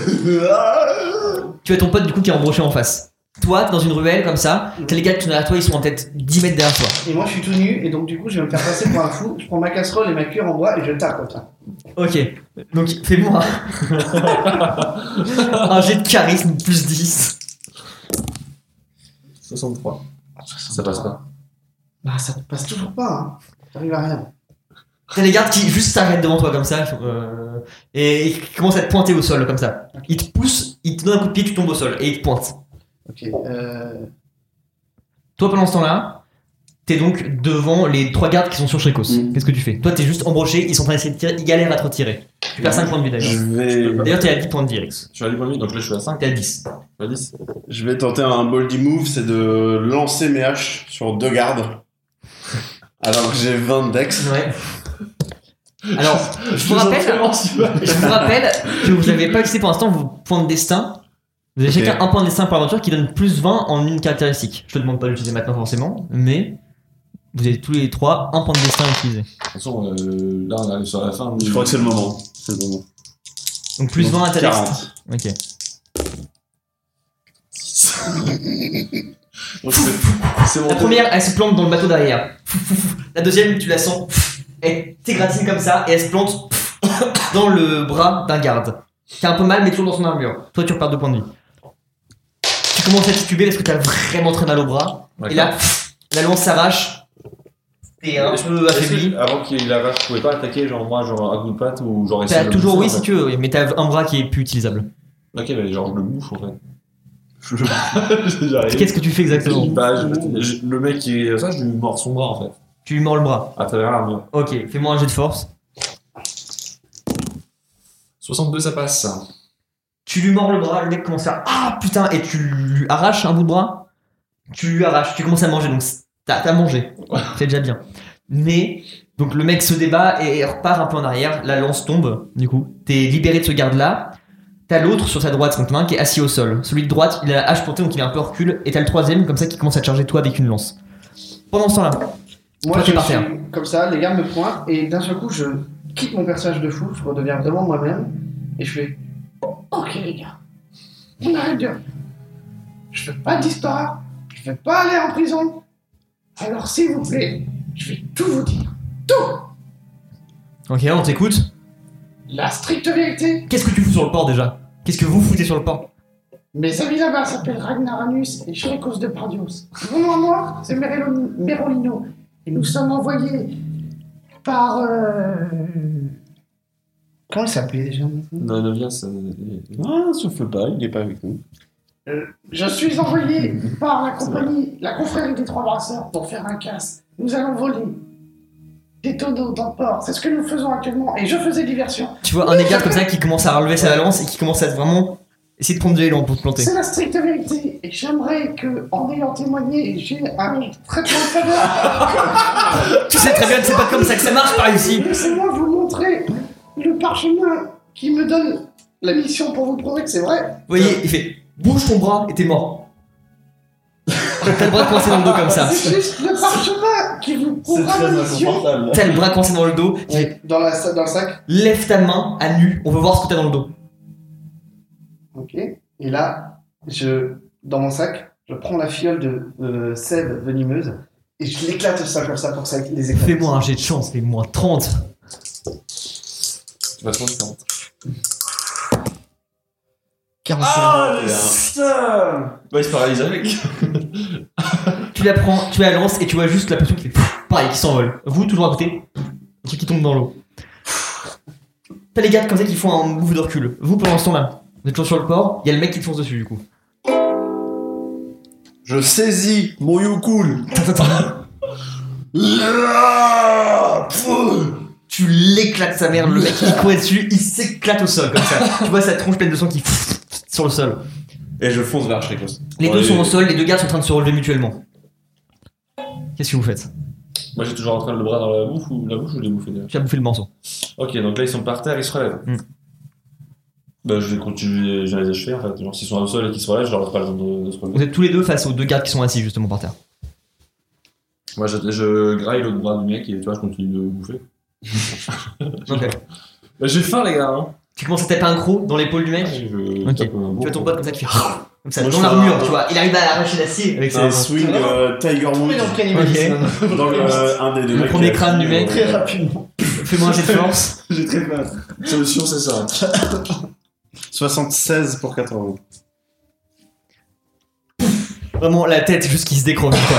Speaker 1: Tu as ton pote du coup qui est embroché en face. Toi, t'es dans une ruelle comme ça,
Speaker 4: Mm.
Speaker 1: t'as les gars qui sont derrière toi, ils sont en tête 10 mètres derrière toi.
Speaker 3: Et moi, je suis tout nu, et donc du coup, je vais me faire passer pour un fou. Je prends ma casserole et ma cuillère en bois et je tape comme ça.
Speaker 1: Ok, donc fais-moi un jet de charisme plus 10.
Speaker 6: 63. Ça passe pas.
Speaker 3: Bah, ça te passe toujours pas, hein. J'arrive à rien.
Speaker 1: T'as les gardes qui juste s'arrêtent devant toi comme ça ils font, euh, et ils commencent à te pointer au sol comme ça. Ils te poussent, ils te donnent un coup de pied, tu tombes au sol et ils te pointent.
Speaker 3: Ok. Euh...
Speaker 1: Toi, pendant ce temps-là, t'es donc devant les trois gardes qui sont sur Shrekos.
Speaker 4: Mm.
Speaker 1: Qu'est-ce que tu fais Toi, t'es juste embroché, ils sont en train d'essayer de tirer, ils galèrent à te retirer. Tu perds 5 points de vie
Speaker 4: Mm. Je
Speaker 1: d'ailleurs.
Speaker 4: vais,
Speaker 1: D'ailleurs, t'es à 10 points de vie, Rix.
Speaker 6: Je suis à 10 points de vie, donc là, je suis à 5.
Speaker 1: T'es à 10.
Speaker 6: Je suis à 10.
Speaker 4: je vais tenter un boldy move, c'est de lancer mes haches sur deux gardes. Alors que j'ai 20 dex.
Speaker 1: Ouais. Alors, je vous rappelle, je vous rappelle que vous n'avez pas utilisé pour l'instant vos points de destin. Vous avez
Speaker 4: Ok.
Speaker 1: chacun un point de destin par aventure qui donne plus 20 en une caractéristique. Je te demande pas de l'utiliser maintenant forcément, mais vous avez tous les trois un point de destin à utiliser.
Speaker 6: De toute façon, euh, là, on arrive sur la fin. mais-
Speaker 4: Je crois que c'est le moment. C'est le moment.
Speaker 1: Donc plus
Speaker 4: Donc,
Speaker 1: 20 à ta
Speaker 4: 40.
Speaker 1: destin. Ok.
Speaker 4: Donc, c'est- C'est mon
Speaker 1: La première, elle se plante dans le bateau derrière. La deuxième, tu la sens. Elle t'égratine comme ça et elle se plante dans le bras d'un garde. Qui a un peu mal, mais toujours dans son armure. Toi, tu repars deux points de vie. Tu commences à tituber parce que t'as vraiment très mal au bras. Et là, la lance s'arrache. T'es un peu
Speaker 6: Est-ce que-
Speaker 1: affaibli.
Speaker 6: avant qu'il arrache, je pouvais pas attaquer, genre moi, genre un coup de patte ou genre
Speaker 1: T'as
Speaker 6: de
Speaker 1: toujours,
Speaker 6: le
Speaker 1: oui,
Speaker 6: pousser,
Speaker 1: si tu veux, mais t'as un bras qui est plus utilisable.
Speaker 6: en fait. Ok, mais genre je le bouffe en fait. Je- J'arrive.
Speaker 1: Qu'est-ce que tu fais exactement
Speaker 6: Bah, je- je- le mec qui est ça, je lui mords son bras en fait,
Speaker 1: Tu lui mords le bras.
Speaker 6: à travers l'armure.
Speaker 1: Ok, fais-moi un jet de force.
Speaker 6: 62, ça passe.
Speaker 1: Tu lui mords le bras, le mec commence à ah putain et tu lui arraches un bout de bras. Tu lui arraches, tu commences à manger donc c'est- t'as t'as mangé, c'est déjà bien. Mais donc le mec se débat et repart un peu en arrière, la lance tombe du coup. T'es libéré de ce garde là. T'as l'autre sur sa droite, contre main, qui est assis au sol. Celui de droite, il a la hache pointée, donc il est un peu en recul. Et t'as le troisième, comme ça, qui commence à te charger toi avec une lance. Pendant ce temps-là, Toi,
Speaker 3: Moi,
Speaker 1: tu hein.
Speaker 3: je
Speaker 1: pars
Speaker 3: suis
Speaker 1: faire.
Speaker 3: comme ça, les gars me pointent, et d'un seul coup, je quitte mon personnage de fou, je redeviens vraiment moi-même, et je fais
Speaker 7: Ok, les gars. On arrête de. Je veux pas d'histoire. Je veux pas aller en prison. Alors, s'il vous plaît, je vais tout vous dire. Tout
Speaker 1: ok, on t'écoute.
Speaker 7: La stricte vérité.
Speaker 1: Qu'est-ce que tu fous sur le port déjà Qu'est-ce que vous foutez sur le port
Speaker 7: Mes amis là-bas s'appellent Ragnaranus et Chiricos de Pardios. Mon nom à moi, c'est Merelo- Merolino. Et nous sommes envoyés par. euh,
Speaker 3: Comment il s'appelait déjà
Speaker 6: Non, non, viens, ça.
Speaker 4: Ah, souffle pas, il est pas avec nous.
Speaker 7: Je suis envoyé par la compagnie, la confrérie des Trois Brasseurs pour faire un casse. Nous allons voler des tonneaux dans le port. C'est ce que nous faisons actuellement et je faisais diversion.
Speaker 1: Tu vois un des gardes comme ça qui commence à relever sa lance et qui commence à être vraiment essayer de prendre de l'élan pour te planter.
Speaker 7: C'est la stricte vérité et j'aimerais que, en ayant témoigné, j'ai un traitement de faveur.
Speaker 1: Tu sais très bien que c'est pas comme ça que ça marche par ici.
Speaker 7: Laissez-moi vous montrer le parchemin qui me donne la mission pour vous prouver que c'est vrai.
Speaker 1: Vous voyez, il fait bouge ton bras et t'es mort. T'as le bras coincé dans le dos comme ça.
Speaker 7: C'est juste le parchemin qui vous prouvera la mission.
Speaker 1: T'as le bras coincé dans le dos. il fait,
Speaker 3: dans, la, sa- dans le sac
Speaker 1: Lève ta main à nu, on veut voir ce que t'as dans le dos.
Speaker 3: Ok. Et là, je, dans mon sac, je prends la fiole de euh, sève venimeuse, et je l'éclate ça comme ça pour que ça les éclate.
Speaker 1: Fais-moi un jet de chance, fais-moi 30.
Speaker 6: Tu vas trop différent.
Speaker 3: 45.
Speaker 6: Ah, le seum Bah, il se paralyse avec.
Speaker 1: Tu la prends, tu la lances et tu vois juste la personne qui fait pfff, pareil, qui s'envole. Vous, toujours à côté, un truc qui tombe dans l'eau. T'as les gardes comme ça qui font un move de recul. Vous, pendant ce temps-là, vous êtes toujours sur le port, il y a le mec qui te fonce dessus du coup.
Speaker 4: Je saisis mon Yukul.
Speaker 2: Ah,
Speaker 1: tu l'éclates sa mère, le mec il court dessus, il s'éclate au sol comme ça. tu vois sa tronche pleine de sang qui sur le sol.
Speaker 4: Et je fonce vers Shrikos.
Speaker 1: Les deux
Speaker 4: Ouais,
Speaker 1: sont au sol, les deux gardes sont en train de se relever mutuellement. Qu'est-ce que vous faites
Speaker 6: Moi, j'ai toujours en train de le bras dans la bouche ou la bouche ou je l'ai bouffé déjà
Speaker 1: Tu as bouffé le morceau.
Speaker 6: Ok, donc là, ils sont par terre, ils se relèvent.
Speaker 1: Hmm.
Speaker 6: Bah, je vais continuer, je vais les achever en fait. Genre, s'ils sont au sol et qu'ils se relèvent, je leur laisse pas le temps de, de se relever.
Speaker 1: Vous êtes tous les deux face aux deux gardes qui sont assis justement par terre.
Speaker 6: Moi, je, je graille l'autre bras du mec et tu vois, je continue de bouffer. Bah, j'ai faim, les gars. Hein.
Speaker 1: Tu commences à taper un croc dans l'épaule du mec.
Speaker 6: Je,
Speaker 1: Ok.
Speaker 6: tape un
Speaker 1: Tu vois ton pote comme ça qui fait comme ça
Speaker 4: Moi, je
Speaker 1: dans la
Speaker 4: fais un-
Speaker 1: mur, tu vois. Il arrive à arracher l'acier avec ses.
Speaker 4: Un swing euh, Tiger
Speaker 3: Mais dans
Speaker 4: Woods
Speaker 3: le cannibalisme.
Speaker 4: dans le, euh, un des deux
Speaker 1: Le
Speaker 4: mecs.
Speaker 1: premier crâne du mec.
Speaker 3: Très rapidement.
Speaker 1: Fais-moi un jet de force.
Speaker 4: J'ai très peur.
Speaker 6: Solution, c'est ça.
Speaker 4: 76 pour 80.
Speaker 1: Vraiment la tête juste qui se décroche quoi.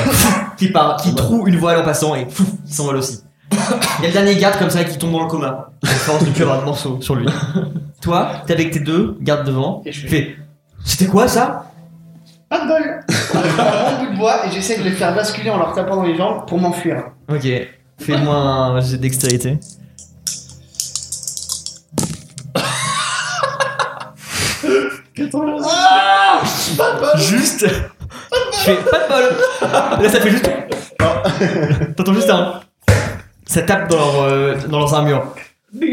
Speaker 1: qui part, qui troue une voile en passant et pfff, il s'envole aussi. Il y a le dernier garde comme ça qui tombe dans le coma. À force de plus avoir de morceaux sur lui. Toi, t'es avec tes deux gardes devant.
Speaker 3: Et je
Speaker 1: Tu
Speaker 3: fais
Speaker 1: fais. C'était quoi ça
Speaker 7: Pas de bol.
Speaker 3: un bon bout de bois et j'essaie de les faire basculer en leur tapant dans les jambes pour m'enfuir.
Speaker 1: Ok. Fais-moi un jet de dextérité. Ah Juste. Tu fais pas de bol. Là, ça fait juste. T'entends juste un. Ça tape dans leur, euh, dans leurs armures. T'as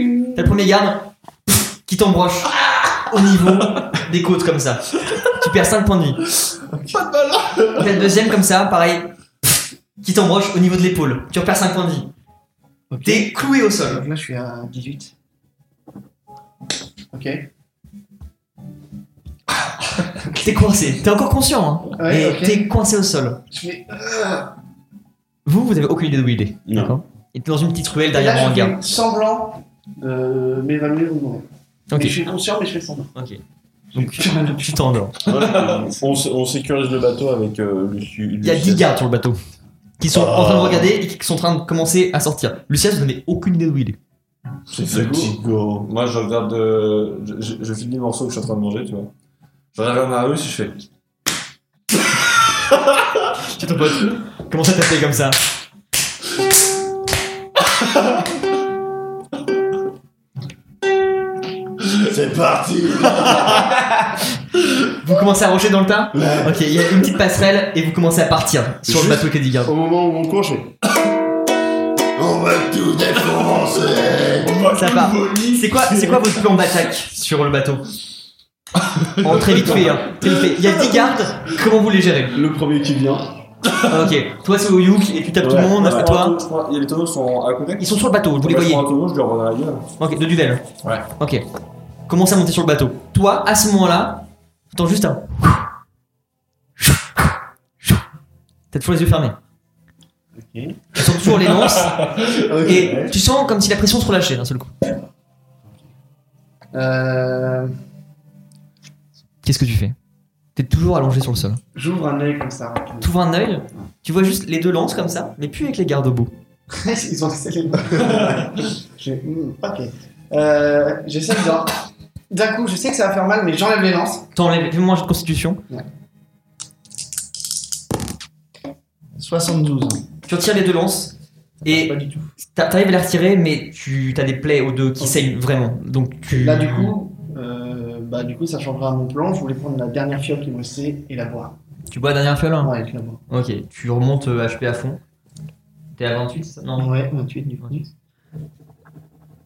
Speaker 1: le premier garde pff, qui t'embroche au niveau des côtes comme ça. Tu perds 5 points de vie. T'as le deuxième comme ça, pareil, pff, qui t'embroche au niveau de l'épaule. Tu repères 5 points de vie. T'es cloué au sol.
Speaker 3: Donc là, je suis à 18. Ok.
Speaker 1: T'es coincé. T'es encore conscient, hein.
Speaker 3: Ouais,
Speaker 1: Mais
Speaker 3: ok.
Speaker 1: t'es coincé au sol.
Speaker 3: Je fais.
Speaker 1: Vous, vous avez aucune idée d'où il est.
Speaker 4: Non.
Speaker 1: D'accord Il était dans une petite ruelle
Speaker 3: Et
Speaker 1: derrière mon
Speaker 3: là, je
Speaker 1: hangar.
Speaker 3: fais semblant de m'évaluer ou mourir.
Speaker 1: Ok.
Speaker 3: Et Je suis conscient, mais je fais semblant.
Speaker 1: Ok. Donc tu t'endors.
Speaker 4: on, s- on sécurise le bateau avec euh, Lucie.
Speaker 1: Il y a 10 gardes sur le bateau qui sont en train de regarder et qui sont en train de commencer à sortir. Lucien, vous n'avez aucune idée d'où il est.
Speaker 4: C'est fatigant.
Speaker 6: Moi, je regarde. euh, je, je- je finis le morceau que je suis en train de manger, tu vois. Je regarde vers Marius et je fais.
Speaker 1: C'est ton pote. Comment ça t'appeler comme ça
Speaker 2: c'est parti
Speaker 1: Vous commencez à rocher dans le tas Ok, il y a une petite passerelle et vous commencez à partir sur le
Speaker 4: Juste-
Speaker 1: bateau Cadigan.
Speaker 4: Au moment où on court, je fais.
Speaker 2: On va tout défoncer
Speaker 1: Ça part. C'est quoi, c'est quoi votre plan d'attaque sur le bateau En très vite fait, hein. Très vite fait. Il y a 10 gardes, comment vous les gérez
Speaker 4: Le premier qui vient.
Speaker 1: Ah, Ok, toi c'est au Youk et tu tapes tout le monde,
Speaker 6: Ouais,
Speaker 1: toi.
Speaker 6: je prends- Ah, Les tonneaux sont à côté.
Speaker 1: Ils sont sur le bateau, vous les
Speaker 6: Moi,
Speaker 1: voyez
Speaker 6: Je prends un tonneau, je leur rends dans la gueule.
Speaker 1: Ok, de duvel.
Speaker 6: Ouais.
Speaker 1: Ok. Commence à monter sur le bateau. Toi, à ce moment-là, attends juste un. T'as toujours les yeux fermés.
Speaker 4: Ok.
Speaker 1: Tu sens toujours les lances
Speaker 4: Ok.
Speaker 1: et tu sens comme si la pression se relâchait d'un seul coup.
Speaker 3: Euh,
Speaker 1: Qu'est-ce que tu fais T'es toujours allongé sur le sol.
Speaker 3: J'ouvre un œil comme ça. rapidement.
Speaker 1: Tu ouvres un œil, tu vois juste les deux lances comme ça, mais plus avec les gardes au bout.
Speaker 3: Ils ont laissé les mains. J'ai- hmm, ok. Euh, J'essaie de genre. D'un coup, je sais que ça va faire mal, mais j'enlève les lances.
Speaker 1: T'enlèves, fais-moi un jeu de constitution.
Speaker 8: 72 ans.
Speaker 1: Tu retires les deux lances et
Speaker 8: Pas du tout.
Speaker 1: t'a- t'arrives à les retirer, mais tu as des plaies aux deux qui saignent vraiment. Donc tu.
Speaker 3: Là, du coup, euh, bah, du coup, ça changera mon plan. Je voulais prendre la dernière fiole qui me restait et la boire.
Speaker 1: Tu bois la dernière fiole hein
Speaker 3: Ouais, avec la boire.
Speaker 1: Ok, tu remontes euh, HP à fond. T'es à 28, c'est ça Non.
Speaker 3: Ouais, 28 du coup.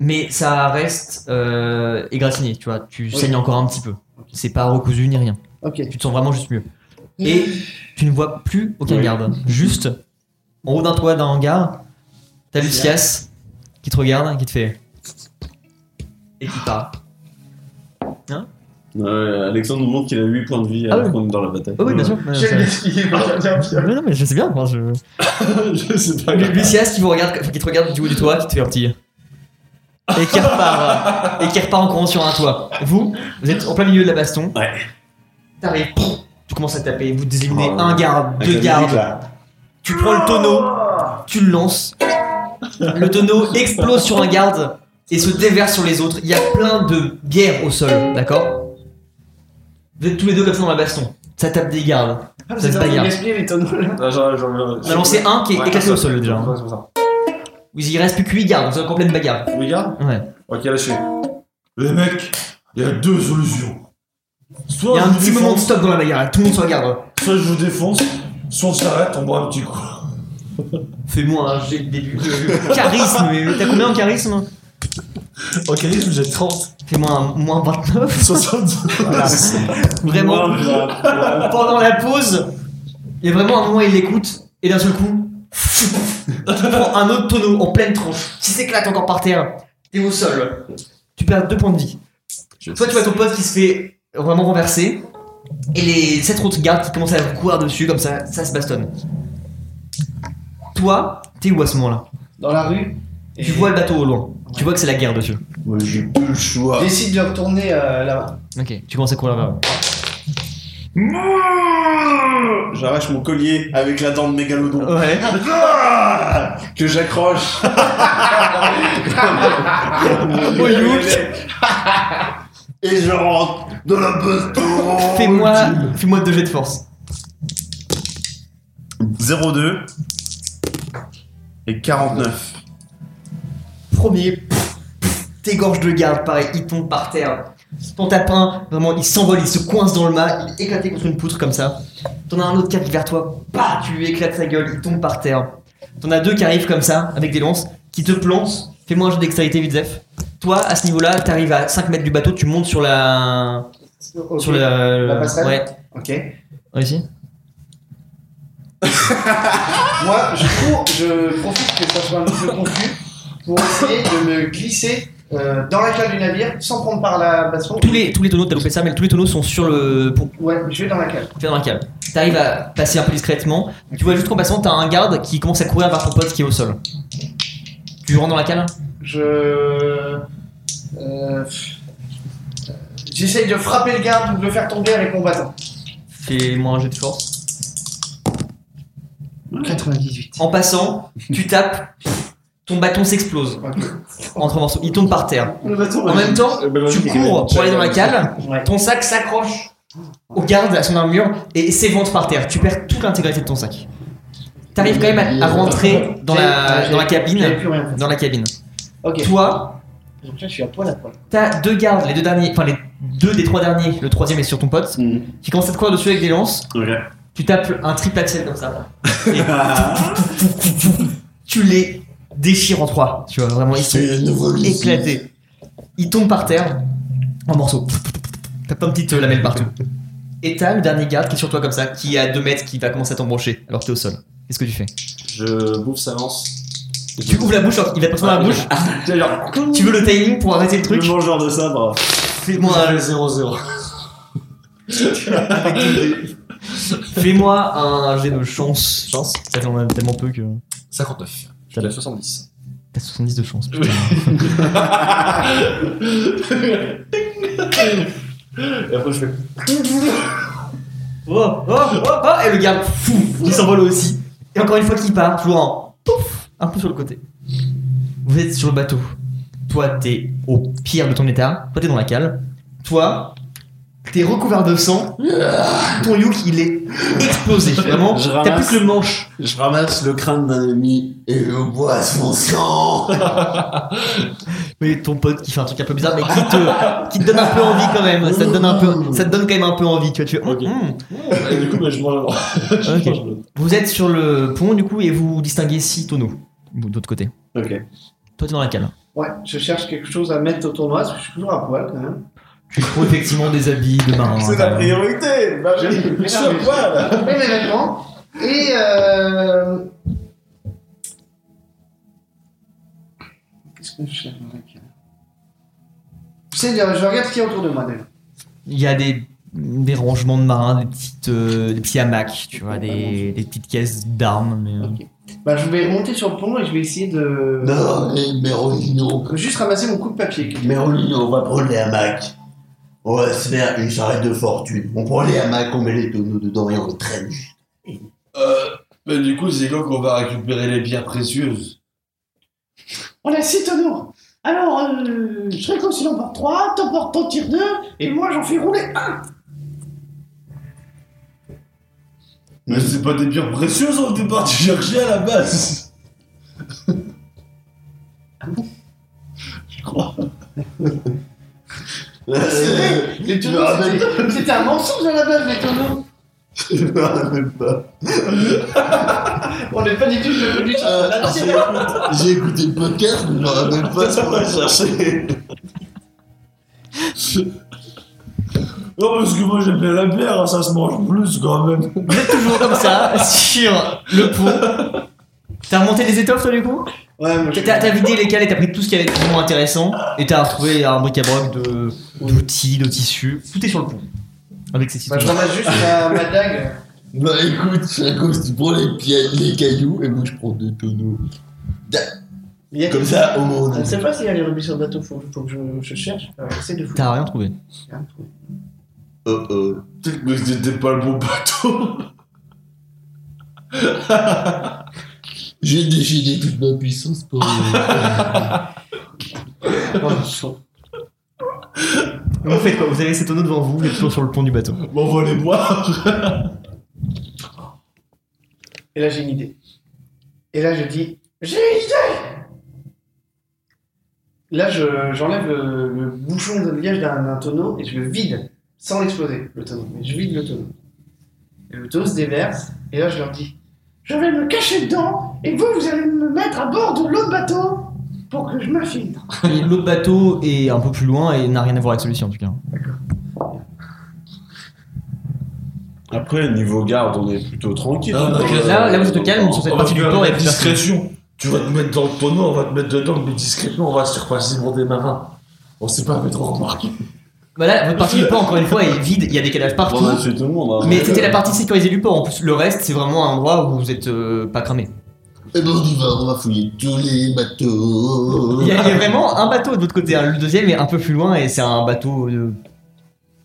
Speaker 1: Mais ça reste euh, égratigné, tu vois. Tu
Speaker 3: Oui.
Speaker 1: saignes encore un petit peu. C'est pas recousu ni rien.
Speaker 3: Ok.
Speaker 1: Tu te sens vraiment juste mieux. Et tu ne vois plus aucun
Speaker 4: Oui.
Speaker 1: garde. Juste, en haut d'un toit d'un hangar, t'as Lucias qui te regarde, qui te fait... Et qui part.
Speaker 4: Ouais, Alexandre nous montre qu'il a 8 points de vie
Speaker 1: Ah
Speaker 4: alors
Speaker 1: oui.
Speaker 4: qu'on est dans la bataille.
Speaker 1: Oh oui, bien sûr.
Speaker 3: J'ai
Speaker 1: Ouais,
Speaker 3: gaspillé ma dernière
Speaker 1: ça-
Speaker 3: fiole.
Speaker 1: Mais non, mais je sais bien. moi, je-
Speaker 4: je sais pas.
Speaker 1: Lu- Lucias qui, vous regarde, enfin, qui te regarde du haut du toit, qui te fait un petit. Et qui repart. euh, et qui repart en courant sur un toit. Vous, vous êtes en plein milieu de la baston.
Speaker 4: Ouais.
Speaker 1: T'arrives, pouf, tu commences à taper, vous désignez
Speaker 4: Oh,
Speaker 1: un garde,
Speaker 4: Avec
Speaker 1: deux
Speaker 4: la musique,
Speaker 1: gardes.
Speaker 4: là.
Speaker 1: Tu prends le tonneau, tu le lances. Le tonneau explose sur un garde et se déverse sur les autres. Il y a plein de guerres au sol, d'accord Vous êtes tous les deux comme ça dans la baston. Ça tape des gardes.
Speaker 3: Ah,
Speaker 1: Ça
Speaker 3: Vous
Speaker 1: se
Speaker 3: êtes en train de
Speaker 1: bagarre.
Speaker 3: gaspiller les tonneaux là.
Speaker 6: Là, j'en- j'en-
Speaker 1: On a lancé un qui est
Speaker 6: Ouais,
Speaker 1: éclaté au sol déjà.
Speaker 6: Ouais, c'est pour ça.
Speaker 1: Il reste plus que 8 gardes, vous êtes en pleine bagarre.
Speaker 6: Oui, garde
Speaker 1: Ouais.
Speaker 6: Ok, là, je fais. Les mecs, il y a deux solutions.
Speaker 1: Il
Speaker 6: Soit
Speaker 8: Oh,
Speaker 1: y a
Speaker 6: je
Speaker 1: un
Speaker 6: vous
Speaker 1: petit moment de
Speaker 6: défonce,
Speaker 1: stop dans la bagarre, tout le monde se regarde.
Speaker 6: soit je vous défonce, soit on s'arrête, on boit un petit coup.
Speaker 1: Fais-moi un jet de début de charisme, mais t'as combien en charisme
Speaker 8: En charisme, j'ai 30.
Speaker 1: Fais-moi un moins 29.
Speaker 8: 72.
Speaker 1: Voilà. Vraiment, pendant la pause, il y a vraiment un moment, il l'écoute, et d'un seul coup, tu prends un autre tonneau en pleine tronche, qui s'éclate encore par terre, t'es au sol. Tu perds deux points de vie. Toi, tu vois ton pote qui se fait vraiment renverser, et les sept autres gardes qui commencent à vous courir dessus, comme ça, ça se bastonne. Toi, t'es où à ce moment-là
Speaker 3: Dans la rue. Et
Speaker 1: Tu vois le bateau au loin. Tu vois que c'est la guerre dessus.
Speaker 2: Moi j'ai plus le
Speaker 3: je
Speaker 2: choix.
Speaker 3: Décide de retourner euh, là-bas.
Speaker 1: Ok, tu commences à courir vers
Speaker 4: J'arrache mon collier avec la dent de mégalodon.
Speaker 1: Ouais.
Speaker 4: Ah que j'accroche.
Speaker 1: Oh, Youk,
Speaker 2: Et je rentre dans la baston
Speaker 1: fais-moi fais-moi deux jets de force.
Speaker 4: 0,2 et 49.
Speaker 1: Premier, pff, pff, t'égorges de garde, pareil, il tombe par terre. Ton tapin, vraiment, il s'envole, il se coince dans le mât, il est éclaté contre une poutre comme ça. T'en as un autre qui arrive vers toi, bah, tu lui éclates sa gueule, il tombe par terre. T'en as deux qui arrivent comme ça, avec des lances, qui te plantent. Fais-moi un jeu de dextérité, Vitzef. Toi, à ce niveau-là, t'arrives à 5 mètres du bateau, tu montes sur la.
Speaker 3: Ok.
Speaker 1: Sur la.
Speaker 3: La passerelle
Speaker 1: Ouais,
Speaker 3: Ok.
Speaker 1: réussi.
Speaker 3: Moi, je cours, je profite que ça soit un petit peu confus pour essayer de me glisser euh, dans la cale du navire sans prendre par la baston.
Speaker 1: Tous les, tous les tonneaux, t'as loupé ça, mais tous les tonneaux sont sur le. pour-
Speaker 3: Ouais, je vais dans la cale.
Speaker 1: Tu vas dans la cale. T'arrives à passer un peu discrètement. Tu vois juste qu'en passant, t'as un garde qui commence à courir vers ton pote qui est au sol. Tu rentres dans la cale
Speaker 3: Je. Euh... J'essaye de frapper le garde ou de le faire tomber avec mon bâton.
Speaker 1: Fais-moi un jeu de force.
Speaker 3: 98.
Speaker 1: En passant, tu tapes, ton bâton s'explose entre morceaux. Il tombe par terre.
Speaker 3: Le bâton.
Speaker 1: En même temps, tu cours pour aller dans la cale,
Speaker 3: Ouais.
Speaker 1: ton sac s'accroche au garde, à son armure, et s'évente par terre. Tu perds toute l'intégralité de ton sac. T'arrives quand même à, à rentrer dans la, dans la
Speaker 3: J'avais
Speaker 1: cabine.
Speaker 3: plus rien.
Speaker 1: Dans la cabine.
Speaker 3: Ok.
Speaker 1: Toi,
Speaker 3: Donc là, je suis à poil à poil.
Speaker 1: T'as deux gardes, les deux derniers, enfin les deux des trois derniers, le troisième est sur ton pote,
Speaker 4: Mhm.
Speaker 1: qui commence à te courir dessus avec des lances.
Speaker 6: Ok.
Speaker 1: Tu tapes un triple axel comme ça. Et tu les déchires en trois. Tu vois, vraiment, ils sont
Speaker 2: C'est le nouveau Lucie.
Speaker 1: éclatés. Ils tombent par terre en morceaux. T'as plein de petites euh, lamelles partout. Et t'as le dernier garde qui est sur toi comme ça, qui est à 2 mètres, qui va commencer à t'embrancher alors que t'es au sol. Qu'est-ce que tu fais
Speaker 6: Je bouffe sa lance.
Speaker 1: Tu ouvres la bouche, alors il va te prendre la bouche.
Speaker 6: Tu Ah, genre,
Speaker 1: Tu veux le timing pour arrêter le truc
Speaker 6: le mangeur de sabre.
Speaker 1: Fais-moi un
Speaker 6: 0-0.
Speaker 1: Fais-moi un jet de chance. Chance Ça en a tellement peu que.
Speaker 8: 59.
Speaker 6: J'ai la 70.
Speaker 1: T'as 70 de chance.
Speaker 6: Et après, je fais.
Speaker 1: Oh, oh, oh, oh Et le gars, fou, il s'envole aussi. Et encore une fois qu'il part, toujours en pouf, un peu sur le côté. Vous êtes sur le bateau. Toi, t'es au pire de ton état. Toi, t'es dans la cale. Toi, t'es recouvert de sang. Ton yuk, il est explosé. Vraiment,
Speaker 4: Je
Speaker 1: t'as
Speaker 4: ramasse.
Speaker 1: plus que le manche.
Speaker 4: Je ramasse le crâne d'un ami et je bois son sang.
Speaker 1: Mais ton pote qui fait un truc un peu bizarre, mais qui te, qui te donne un peu envie quand même. Ça te donne un peu, ça te donne quand même un peu envie. Tu vois, tu fais,
Speaker 6: Ok.
Speaker 1: hum,
Speaker 6: Et du coup, bah, je mange un
Speaker 1: hum. Ok.
Speaker 6: Je mange l'autre.
Speaker 1: Vous êtes sur le pont du coup et vous distinguez six tonneaux de l'autre côté.
Speaker 4: Ok.
Speaker 1: Toi t'es dans la cale.
Speaker 3: Ouais, je cherche quelque chose à mettre au tournoi, parce que je suis toujours à poil quand même.
Speaker 1: Tu trouves effectivement des habits de euh, marin.
Speaker 4: C'est la priorité. bah
Speaker 3: Je
Speaker 4: oui. Je suis à poil.
Speaker 3: Je mets mes vêtements et. Euh... Qu'est-ce que je cherche dans la cale Tu sais, je regarde ce qu'il y a autour de moi déjà.
Speaker 1: Il y a des, des rangements de marins, des petites euh, des petits hamacs, tu vois, des, des petites caisses d'armes. Mais, euh,
Speaker 3: Ok. Bah, je vais monter sur le pont et je vais essayer de.
Speaker 2: Non, mais Mérolino,
Speaker 3: Juste ramasser mon coup de papier.
Speaker 2: Mérolino, on va prendre les hamacs. On va se faire une charrette de fortune. On prend les hamacs, on met les tonneaux dedans et on les traîne.
Speaker 6: Euh, bah, du coup, c'est quand qu'on va récupérer les pierres précieuses
Speaker 7: On a six tonneaux. Alors, euh, je serais comme si l'on porte trois, t'en portes, t'en tires deux, et moi j'en fais rouler un.
Speaker 6: Mais c'est pas des pierres précieuses au départ, tu cherchais à la base.
Speaker 3: C'est vrai, les
Speaker 2: Tu
Speaker 3: tonneaux,
Speaker 2: Euh, me rappelles-
Speaker 3: c'était- C'était un mensonge à la base, les tonneaux.
Speaker 2: Je me rappelle pas.
Speaker 3: On n'est pas du tout de du
Speaker 2: Euh, j'ai- J'ai écouté le podcast, mais je me rappelle pas ce qu'on a cherché.
Speaker 6: Non, parce que moi j'aime bien la pierre, ça se mange plus quand même.
Speaker 1: Vous êtes toujours comme ça sur le pont. T'as remonté les étoffes toi du coup
Speaker 3: Ouais, moi, je-
Speaker 1: T'as t'as vidé les cales et t'as pris tout ce qui avait de vraiment intéressant et t'as retrouvé un bric-à-broc de d'outils, de tissus. Tout est sur le pont. Avec ces six
Speaker 3: Bah, je
Speaker 1: tonneaux.
Speaker 3: ramasse juste ma, ma dague.
Speaker 2: Bah écoute, c'est comme si tu prends les, pieds, les cailloux et moi je prends des tonneaux.
Speaker 3: Il y a-
Speaker 2: Comme ça, au monde.
Speaker 3: Je sais pas s'il y a les rubis sur le bateau, faut, faut que je, je cherche. Euh, Essaye de fouiller.
Speaker 1: T'as rien trouvé.
Speaker 2: Oh oh.
Speaker 6: Peut-être que c'était pas le bon bateau.
Speaker 2: J'ai déchaîné toute ma puissance pour.
Speaker 1: Vous faites quoi Vous avez ces tonneaux devant vous, vous êtes toujours sur le pont du bateau.
Speaker 6: Bon, on va les boire.
Speaker 3: Et là, j'ai une idée. Et là, je dis J'ai une idée Là, je- j'enlève le, le bouchon de liège d'un d'un tonneau et je le vide, sans l'exploser, le tonneau. Mais je vide le tonneau. Et le tonneau se déverse, et là, je leur dis
Speaker 7: Je vais me cacher dedans, et vous, vous allez me mettre à bord de l'autre bateau pour que je m'affine.
Speaker 1: Et l'autre bateau est un peu plus loin et n'a rien à voir avec celui-ci en tout cas.
Speaker 4: Après, niveau garde, on est plutôt tranquille.
Speaker 8: Non, non,
Speaker 4: Euh,
Speaker 1: Là, là vous êtes calme, sur cette
Speaker 8: On va
Speaker 1: partie du
Speaker 8: faire
Speaker 1: port, il y a
Speaker 8: avec
Speaker 1: plus personne.
Speaker 8: discrétion. Tu vas te mettre dans le tonneau, on va te mettre dedans, mais discrètement, on va se faire passer pour des marins. On s'est pas fait trop remarquer.
Speaker 1: Voilà, Bah votre partie du port, encore une fois, est vide, il y a des cadavres partout.
Speaker 4: On a tué tout le monde. hein.
Speaker 1: Mais c'était la partie sécurisée du port en plus. Le reste, c'est vraiment un endroit où vous êtes euh, pas cramé.
Speaker 2: Et ben on y va, on va fouiller tous les bateaux.
Speaker 1: Il y, a il y a vraiment un bateau de l'autre côté. hein. Le deuxième est un peu plus loin et c'est un bateau. euh,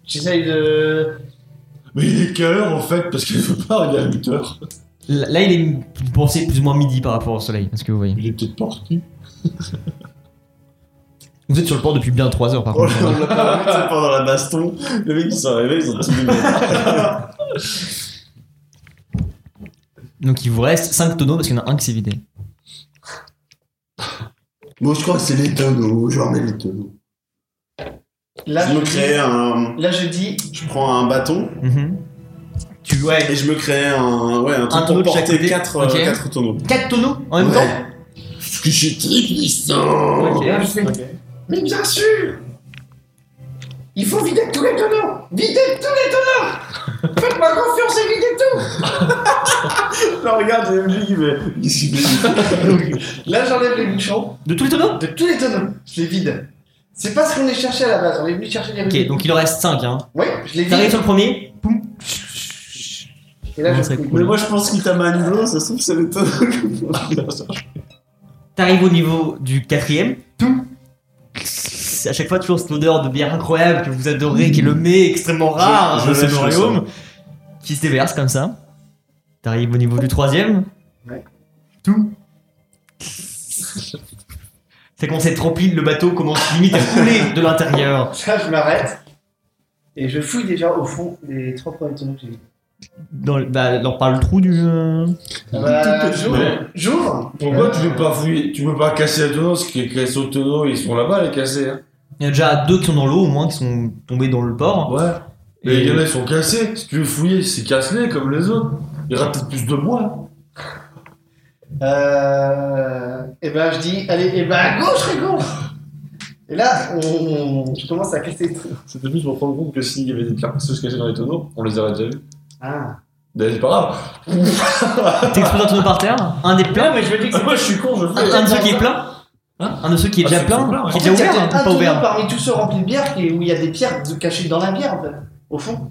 Speaker 3: J'essaye de.
Speaker 8: Mais il est quelle heure en fait Parce qu'il veut pas, il est à 8 heures.
Speaker 1: Là, il est pensé plus ou moins midi par rapport au soleil, est-ce que vous voyez
Speaker 8: Il est peut-être parti.
Speaker 1: Vous êtes sur le port depuis bien 3 heures par
Speaker 4: Oh,
Speaker 1: contre.
Speaker 4: on l'a pas vu, c'est pendant la baston. Les mecs, ils sont arrivés, ils ont tout mis.
Speaker 1: Donc il vous reste 5 tonneaux parce qu'il y en a un qui s'est vidé.
Speaker 2: Moi, je crois que c'est les tonneaux. Je remets les tonneaux.
Speaker 3: Là,
Speaker 4: je
Speaker 3: je
Speaker 4: me
Speaker 3: dis-
Speaker 4: crée un.
Speaker 3: Là, je dis,
Speaker 4: Je prends un bâton
Speaker 1: Mhm. Tu ouais.
Speaker 4: et je me crée un. Ouais, un truc
Speaker 1: tonneau
Speaker 4: pour
Speaker 1: de chaque
Speaker 4: porter
Speaker 1: côté.
Speaker 4: 4 quatre,
Speaker 1: Ok.
Speaker 4: euh, quatre tonneaux.
Speaker 1: 4 tonneaux en même
Speaker 2: Ouais.
Speaker 1: temps
Speaker 2: Parce que je suis très puissant.
Speaker 1: Ok.
Speaker 7: Mais bien sûr Il faut vider tous les tonneaux Vider tous les tonneaux Faites-moi confiance et videz tout
Speaker 3: là, regarde, j'ai MJ qui me- Là, j'enlève les bouchons
Speaker 1: De tous les tonneaux
Speaker 3: de tous les tonneaux. Je les vide. C'est pas ce qu'on est cherché à la base. On est venu chercher les
Speaker 1: Ok, donc il en reste 5. Hein.
Speaker 3: Oui, je les
Speaker 1: T'arrives
Speaker 3: vide.
Speaker 1: sur le premier, poum.
Speaker 3: Et là,
Speaker 1: Comment
Speaker 3: je
Speaker 1: ça
Speaker 3: coupe.
Speaker 1: coule
Speaker 4: moi, je pense qu'il t'a manipulé, ça se trouve, c'est les tonneaux.
Speaker 1: T'arrives au niveau du quatrième, tout. À chaque fois, toujours cette odeur de bière incroyable que vous adorez, qui est le mets extrêmement rare
Speaker 4: Je- je
Speaker 1: de ce
Speaker 4: lâche le
Speaker 1: royaume, qui se déverse comme ça. T'arrives au niveau du troisième,
Speaker 3: Ouais.
Speaker 1: tout. C'est qu'on s'est trop pile, le bateau commence limite à couler de l'intérieur.
Speaker 3: Là, je m'arrête. Et je fouille déjà au fond les trois premiers tonneaux que j'ai vus.
Speaker 1: Dans, le- bah, dans- par le trou du. euh,
Speaker 3: Ah bah,
Speaker 6: petit,
Speaker 3: j'ouvre.
Speaker 6: mais-
Speaker 3: J'ouvre.
Speaker 6: Pourquoi
Speaker 3: Euh,
Speaker 6: tu veux pas fouiller Tu veux pas casser les tonneaux Parce que les tonneaux, ils sont là-bas, les cassés. Hein.
Speaker 1: Il y en a déjà deux qui sont dans l'eau, au moins, qui sont tombés dans le bord.
Speaker 6: Ouais. Mais
Speaker 1: Et-
Speaker 6: les gars, ils sont cassés. Si tu veux fouiller, c'est casse-les comme les autres. Il y aura peut-être plus de bois. hein.
Speaker 3: Euh, et ben je dis, allez, et ben à gauche, Rigon Et là, on, je commence à casser les trucs.
Speaker 6: C'était plus pour prendre compte que s'il y avait des carcasseuses cachées dans les tonneaux, on les aurait déjà vus.
Speaker 3: Ah.
Speaker 6: D'ailleurs, Ben, c'est pas grave.
Speaker 1: T'exploses un tonneau par terre, un des pleins,
Speaker 3: mais je veux dire
Speaker 6: Ah, Moi, je suis con, je fais.
Speaker 1: Un, un de ceux qui est plein
Speaker 6: Hein
Speaker 1: Un de ceux qui est
Speaker 6: Ah,
Speaker 1: déjà
Speaker 6: ceux qui
Speaker 1: plein,
Speaker 6: sont pleins, ouais.
Speaker 1: Qui est déjà ouvert
Speaker 3: un
Speaker 1: hein, ou pas
Speaker 3: tonneau
Speaker 1: ouvert
Speaker 3: parmi tous ceux remplis de bière qui- où il y a des pierres de- cachées dans la bière, en fait, au fond.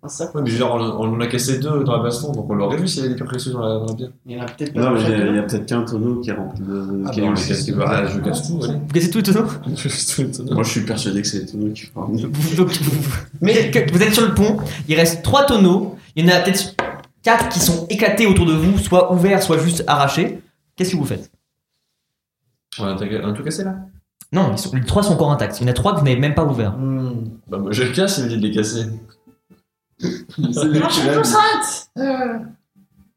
Speaker 3: Ah, Un sac.
Speaker 6: Ouais, mais je veux dire, on, on en a cassé deux dans la baston, donc on l'aurait vu s'il y avait des carcasseuses dans la, dans la bière.
Speaker 3: Il y en a peut-être pas
Speaker 4: Non,
Speaker 3: dans
Speaker 4: mais il y a-
Speaker 3: chaque
Speaker 4: il y
Speaker 3: tonneau.
Speaker 4: a, peut-être qu'un tonneau qui est rempli de.
Speaker 6: Ah,
Speaker 4: qui
Speaker 6: bah,
Speaker 4: est
Speaker 6: on les
Speaker 4: aussi-
Speaker 6: casse tout. Ah, je casse tout, allez.
Speaker 1: Vous cassez tout les tonneaux
Speaker 6: Je casse tous les tonneaux.
Speaker 4: Moi, je suis persuadé que c'est les tonneaux qui font.
Speaker 1: Vous- donc, vous- Mais que- vous êtes sur le pont, il reste trois tonneaux, il y en a peut-être quatre qui sont éclatés autour de vous, soit ouverts, soit juste arrachés. Qu'est-ce que vous faites
Speaker 6: On a attaqué- on a tout cassé là
Speaker 1: Non, ils sont- les trois sont encore intacts. Il y en a trois que vous n'avez même pas ouverts.
Speaker 3: Hmm.
Speaker 6: Bah, moi, je le casse, il me dit de les casser.
Speaker 4: C'est lui
Speaker 7: Non,
Speaker 4: qui
Speaker 7: je
Speaker 4: l'a
Speaker 7: peux
Speaker 4: dit.
Speaker 7: s'arrêter euh,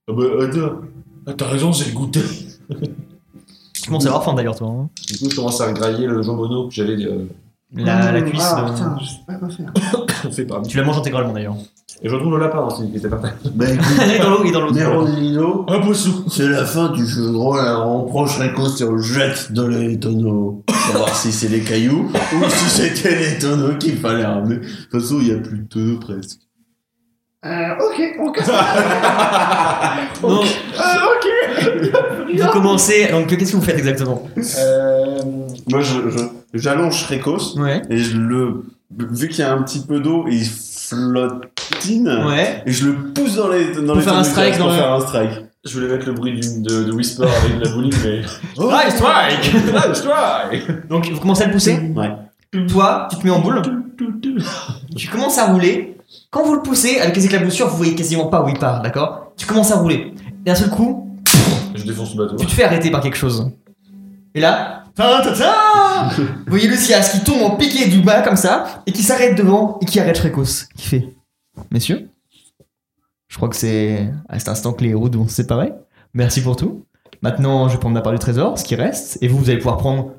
Speaker 6: Ah, bah, attends. Ah, t'as raison, c'est le goûter.
Speaker 1: Tu commences à avoir faim d'ailleurs, toi. hein.
Speaker 6: Du coup, je commence à regrailler le jambonneau que j'avais euh,
Speaker 1: La, la cuisse.
Speaker 3: Ah,
Speaker 1: euh,
Speaker 3: putain, je sais pas quoi faire.
Speaker 6: fait par
Speaker 1: Tu la manges intégralement d'ailleurs.
Speaker 6: Et je retrouve le lapin aussi, qui était par terre.
Speaker 2: Bah écoute,
Speaker 1: Elle est dans l'eau, il est dans l'eau.
Speaker 2: Méronino,
Speaker 6: Un poissou
Speaker 2: c'est la fin du jeu de rôle. Alors on prend Shreko et on le jette dans les tonneaux. Savoir si c'est les cailloux ou si c'était les tonneaux qu'il fallait ramener. De toute façon, il n'y a plus de tonneaux presque.
Speaker 7: euh, Ok, on casse ça
Speaker 1: Donc,
Speaker 7: Non.
Speaker 1: vous commencez. Donc, qu'est-ce que vous faites exactement
Speaker 3: Euh,
Speaker 4: Moi, je- je- j'allonge Récos
Speaker 1: Ouais.
Speaker 4: et je le. Vu qu'il y a un petit peu d'eau, il flottine.
Speaker 1: Ouais.
Speaker 4: Et je le pousse dans les dans
Speaker 1: Pour
Speaker 4: les
Speaker 1: faire un
Speaker 4: tonneaux
Speaker 1: strike
Speaker 4: directs
Speaker 1: dans
Speaker 4: pour
Speaker 1: le-
Speaker 4: faire un strike.
Speaker 6: Je voulais mettre le bruit d'une- de, de Whisper avec de la bowling, mais.
Speaker 1: Strike, Euh. Oh, strike
Speaker 6: Ah, strike
Speaker 1: Donc, vous commencez à le pousser
Speaker 4: Ouais.
Speaker 1: Toi, tu te mets en boule. Tu commences à rouler. Quand vous le poussez, avec les éclaboussures, vous voyez quasiment pas où il part, d'accord Tu commences à rouler. Et d'un seul coup,
Speaker 6: Je défonce le bateau.
Speaker 1: tu te fais arrêter par quelque chose. Et là, ta ta ta vous voyez Lucias qui tombe en piqué du bas comme ça, et qui s'arrête devant, et qui arrête Shrekos, qui fait Messieurs, je crois que c'est à cet instant que les héros vont se séparer. Merci pour tout. Maintenant, je vais prendre la part du trésor, ce qui reste, et vous, vous allez pouvoir prendre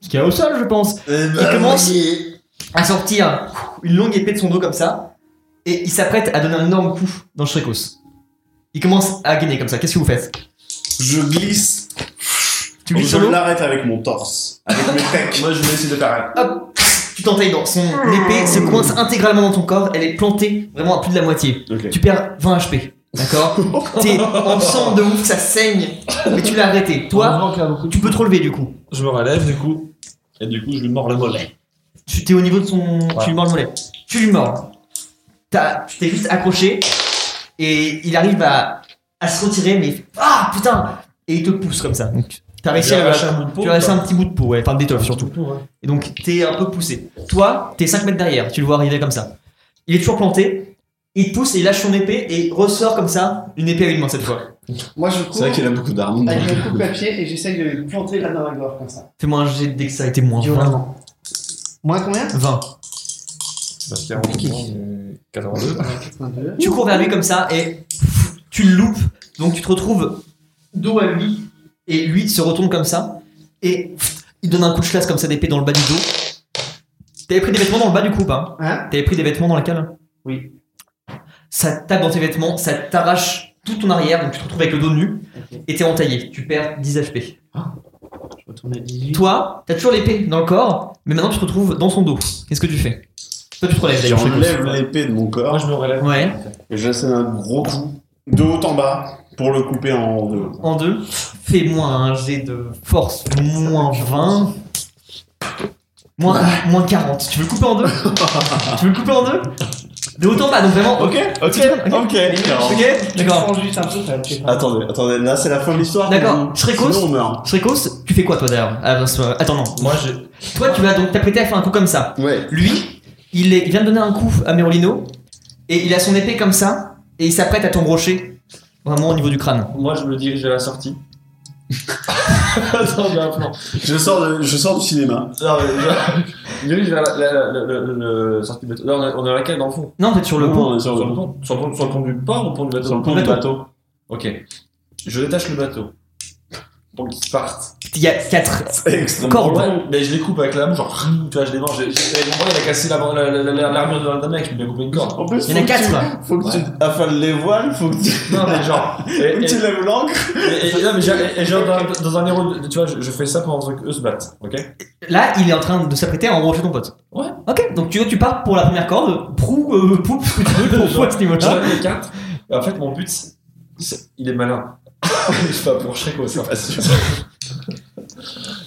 Speaker 1: ce qu'il y a au sol, je pense
Speaker 2: Et
Speaker 4: Euh,
Speaker 1: Il commence.
Speaker 2: voyez,
Speaker 1: à sortir une longue épée de son dos comme ça, et il s'apprête à donner un énorme coup dans Shrekos. Il commence à gagner comme ça. Qu'est-ce que vous faites
Speaker 4: Je glisse.
Speaker 1: Tu glisses
Speaker 4: Je
Speaker 1: sur l'eau,
Speaker 4: l'arrête avec mon torse, avec mes pecs.
Speaker 6: Moi, je vais essayer de faire
Speaker 1: tu t'entailles dans son épée, se coince intégralement dans ton corps, elle est plantée vraiment à plus de la moitié.
Speaker 4: Ok.
Speaker 1: Tu perds 20 HP. D'accord T'es en sang de ouf, ça saigne, mais tu l'as arrêté. Toi, tu peux te relever du coup.
Speaker 6: Je me relève, du coup. Et du coup, je lui mords le mollet.
Speaker 1: Tu t'es au niveau de son. Tu lui mords le mollet. Tu lui mords. T'as- Tu t'es juste accroché. Et il arrive à, à se retirer, mais. Ah putain Et il te pousse comme ça. Donc, t'as réussi à.
Speaker 6: arraché un bout de peau,
Speaker 1: Tu as
Speaker 6: ou
Speaker 1: laissé
Speaker 6: pas
Speaker 1: un petit bout de peau, ouais, enfin d'étoffe surtout. Et donc t'es un peu poussé. Toi, t'es 5 mètres derrière, tu le vois arriver comme ça. Il est toujours planté, il te pousse et il lâche son épée et il ressort comme ça, une épée à une main cette fois.
Speaker 3: moi, je cours
Speaker 4: C'est vrai qu'il a beaucoup d'armes.
Speaker 3: avec un coup de papier et j'essaye de lui planter là dans la gorge comme ça.
Speaker 1: Fais-moi un jet dès que ça a été moins 20.
Speaker 3: Violemment. Moins combien
Speaker 1: 20.
Speaker 6: Parce qu'il y a un 82.
Speaker 1: Tu cours vers lui comme ça et tu le loupes. Donc tu te retrouves dos à lui et lui se retourne comme ça. et pff, il donne un coup de chlasse comme ça d'épée dans le bas du dos. T'avais pris des vêtements dans le bas du coup, ou pas
Speaker 3: Hein
Speaker 1: T'avais pris des vêtements dans la cale
Speaker 3: Oui.
Speaker 1: Ça tape dans tes vêtements, ça t'arrache tout ton arrière, donc tu te retrouves avec le dos nu
Speaker 3: Ok.
Speaker 1: et t'es entaillé. Tu perds 10 HP.
Speaker 3: Je retourne à 18.
Speaker 1: Toi, t'as toujours l'épée dans le corps, mais maintenant tu te retrouves dans son dos. Qu'est-ce que tu fais Toi, tu te relèves d'ailleurs. je suppose.
Speaker 4: J'enlève l'épée de mon corps
Speaker 6: Moi, je me relève.
Speaker 1: Ouais,
Speaker 4: et je un gros coup de haut en bas pour le couper en deux.
Speaker 1: en deux. Fais-moi un jet de force, moins 20. Moins, moins 40. Tu veux le couper en deux Tu veux le couper en deux De haut en bas, donc vraiment.
Speaker 4: Ok, ok, ok.
Speaker 1: Ok,
Speaker 3: Tu
Speaker 1: d'accord.
Speaker 3: prends juste un peu, ça va te faire-
Speaker 4: Attendez, attendez, là c'est la fin de l'histoire.
Speaker 1: D'accord. Shrekos.
Speaker 4: Sinon on meurt.
Speaker 1: Shrekos, tu fais quoi toi d'ailleurs Ah, parce que- Attends, non.
Speaker 8: Moi, j'ai.
Speaker 1: Toi, tu vas donc t'apprêter à faire un coup comme ça.
Speaker 2: Ouais.
Speaker 1: Lui, il, est- il vient de donner un coup à Merolino et il a son épée comme ça et il s'apprête à t'embrocher vraiment au niveau du crâne.
Speaker 6: Moi, je me dirige à la sortie. Attends, mais un plan.
Speaker 4: Je sors, de- je sors du cinéma.
Speaker 6: Non, mais je- je me dirige vers la, la, la, la- la- la- la sortie du bateau. Là, on est- on est à laquelle dans le fond
Speaker 1: Non, t'es sur le
Speaker 4: Non,
Speaker 1: pont.
Speaker 4: on est sur
Speaker 6: Sur
Speaker 4: le
Speaker 6: le
Speaker 4: pont.
Speaker 6: pont Sur le pont, sur le pont du port ou pont du bateau
Speaker 4: Sur le pont
Speaker 1: du
Speaker 4: du bateau.
Speaker 6: Ok. Je détache le bateau. Pour qu'ils partent.
Speaker 1: Il y a quatre.
Speaker 4: C'est extrêmement
Speaker 1: Cordes.
Speaker 4: long.
Speaker 6: Ouais, Mais je les coupe avec la main, genre, tu vois, je les mange. J'ai- j'ai- j'ai- Moi, il a cassé la- la- la- la- l'armure de d'un mec, il lui a coupé une corde.
Speaker 4: En plus,
Speaker 1: Il y en a
Speaker 4: faut que
Speaker 1: quatre.
Speaker 4: tu-
Speaker 1: là.
Speaker 4: Faut que tu affales les voiles, faut que tu,
Speaker 6: Non, mais genre. et-
Speaker 4: faut
Speaker 6: et-
Speaker 4: que tu lèves l'ancre.
Speaker 6: Et, et- et- non, mais j'ai- et- et genre dans, dans un héros, tu vois, je, je fais ça pendant que eux se battent, ok
Speaker 1: Là, il est en train de s'apprêter à embrocher ton pote.
Speaker 6: Ouais.
Speaker 1: Ok, donc tu veux, tu pars pour la première corde, prou, euh, poupe, ce que tu veux, pour à ce
Speaker 6: Je
Speaker 1: niveau-là.
Speaker 6: donne les cartes. Et Hein en fait, mon but, c'est- il est malin. je sais pas pour Shrek, c'est pas sûr.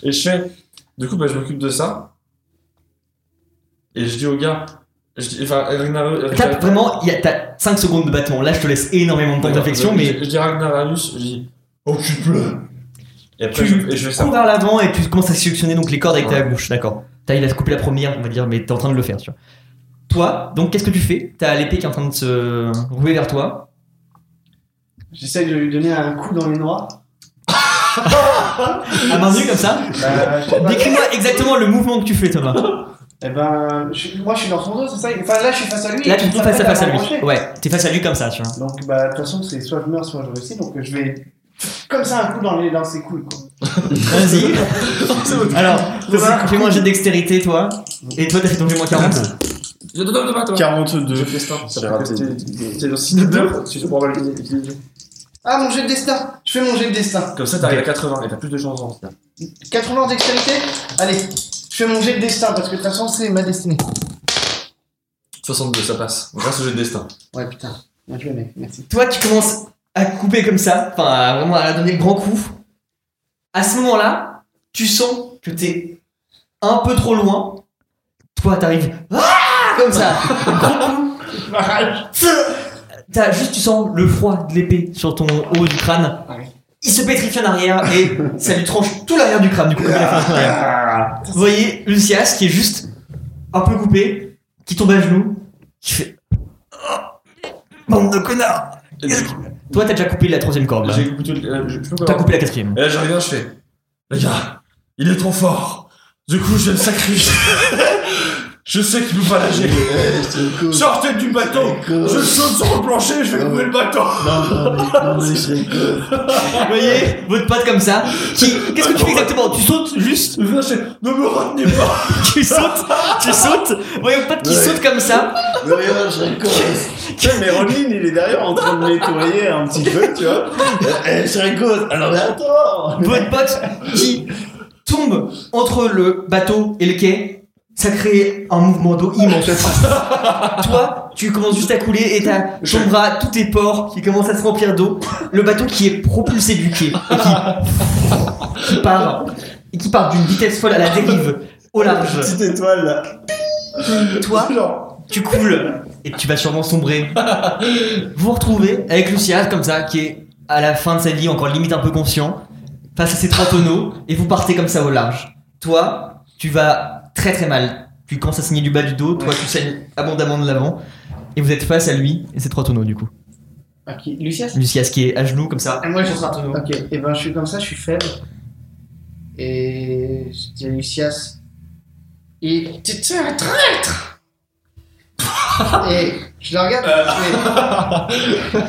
Speaker 6: et je fais, du coup, bah, je m'occupe de ça. Et je dis au gars, je dis, enfin, Ragnarus.
Speaker 1: Tape vraiment, il y a- t'as 5 secondes de battement. Là, je te laisse énormément de temps de réflexion, mais
Speaker 6: Je, je dis Ragnarus, je dis,
Speaker 4: Occupe-le.
Speaker 6: et après, je,
Speaker 1: tu
Speaker 6: et je fais
Speaker 1: cours
Speaker 6: ça.
Speaker 1: vers l'avant et tu commences à suctionner donc les cordes avec ta bouche, d'accord. T'as il a coupé la première, on va dire, mais t'es en train de le faire, tu vois. Toi, donc qu'est-ce que tu fais T'as l'épée qui est en train de se rouler vers toi.
Speaker 3: J'essaie de lui donner un coup dans les noix.
Speaker 1: À main nue comme ça.
Speaker 3: Bah, je sais pas.
Speaker 1: Décris-moi exactement le mouvement que tu fais, Thomas.
Speaker 3: Eh ben, je suis- moi je suis dans son dos, c'est ça Enfin là je suis face à lui.
Speaker 1: Là,
Speaker 3: et
Speaker 1: tu te
Speaker 3: il
Speaker 1: trouves face à
Speaker 3: s'apprête
Speaker 1: face à
Speaker 3: m'approcher.
Speaker 1: lui. Ouais, t'es face à lui comme ça, tu vois.
Speaker 3: Donc bah de toute façon c'est soit je meurs, soit je réussis, donc euh, je vais comme ça un coup dans, les, dans ses couilles quoi.
Speaker 1: Vas-y. Alors, Thomas, fais-moi un jet de dextérité, toi. Et toi, t'as fait tomber moins 40.
Speaker 6: Je te donne de battre.
Speaker 4: 42.
Speaker 6: Je fais ça.
Speaker 4: J'ai raté.
Speaker 6: C'est dans 6 heures, tu pourras valider.
Speaker 3: Ah mon jet de destin Je fais mon jet de destin.
Speaker 6: Comme ça, t'arrives à 80 et t'as plus de hein. chance en
Speaker 3: 80 d'extrémité Allez, je fais mon jet de destin parce que de toute façon c'est ma destinée.
Speaker 6: 62, ça passe. Grâce au jeu de destin.
Speaker 3: Ouais putain, bien joué mec, merci.
Speaker 1: Toi, tu commences à couper comme ça, enfin, à vraiment à donner le grand coup. À ce moment-là, tu sens que t'es un peu trop loin. Toi, t'arrives Ah comme ça. T'as juste, tu sens le froid de l'épée sur ton haut du crâne.
Speaker 3: Ouais.
Speaker 1: Il se pétrifie en arrière et ça lui tranche tout l'arrière du crâne. Du coup, comme il a fait un trou arrière. Vous voyez Lucias qui est juste un peu coupé, qui tombe à genoux, qui fait Oh, Bande de connards Toi, t'as déjà coupé la troisième corde. là.
Speaker 6: J'ai coupé tout le- euh, je- je peux
Speaker 1: T'as
Speaker 6: pas-
Speaker 1: coupé la quatrième.
Speaker 6: Et là, je reviens, je fais. Les gars, il est trop fort. Du coup, je vais le sacrifier. je sais qu'il peut pas nager.
Speaker 2: Eh, c'est cool.
Speaker 6: Sortez du bateau. Je saute sur le plancher, je vais couper le bateau.
Speaker 2: Non, non, mais- non, mais c'est cool.
Speaker 1: Vous voyez Votre pote comme ça, qui. Qu'est-ce que tu fais exactement Tu sautes juste
Speaker 6: Je viens, je fais, Ne me retenez pas.
Speaker 1: Tu sautes Tu sautes Vous voyez votre pote qui
Speaker 2: Ouais.
Speaker 1: saute comme ça
Speaker 2: Mais regarde, je ricoche.
Speaker 4: Tiens, mais Ronin, il est derrière en train de nettoyer un petit peu, tu vois.
Speaker 2: Eh, je ricoche. Alors, mais attends.
Speaker 1: Votre pote qui tombe entre le bateau et le quai, ça crée un mouvement d'eau immense. Toi, tu commences juste à couler et t'as ton bras, tous tes pores qui commencent à se remplir d'eau. Le bateau qui est propulsé du quai, et qui, qui part, et qui part d'une vitesse folle à la dérive, au large.
Speaker 4: Petite étoile là.
Speaker 1: Toi, tu coules et tu vas sûrement sombrer. Vous vous retrouvez avec Lucia comme ça, qui est à la fin de sa vie, encore limite un peu conscient, face à ses trois tonneaux, et vous partez comme ça au large. Toi, tu vas très très mal. Tu commences à saigner du bas du dos, toi tu saignes abondamment de l'avant, et vous êtes face à lui et ses trois tonneaux du coup.
Speaker 3: À qui Lucias
Speaker 1: Lucia qui est à genoux comme ça.
Speaker 3: Et Ah, moi je
Speaker 1: Sur un tonneau.
Speaker 3: Ok, et ben je suis comme ça, je suis faible. Et je dis à Lucias. Et
Speaker 7: T'étais un traître
Speaker 3: Et je la regarde. je fais-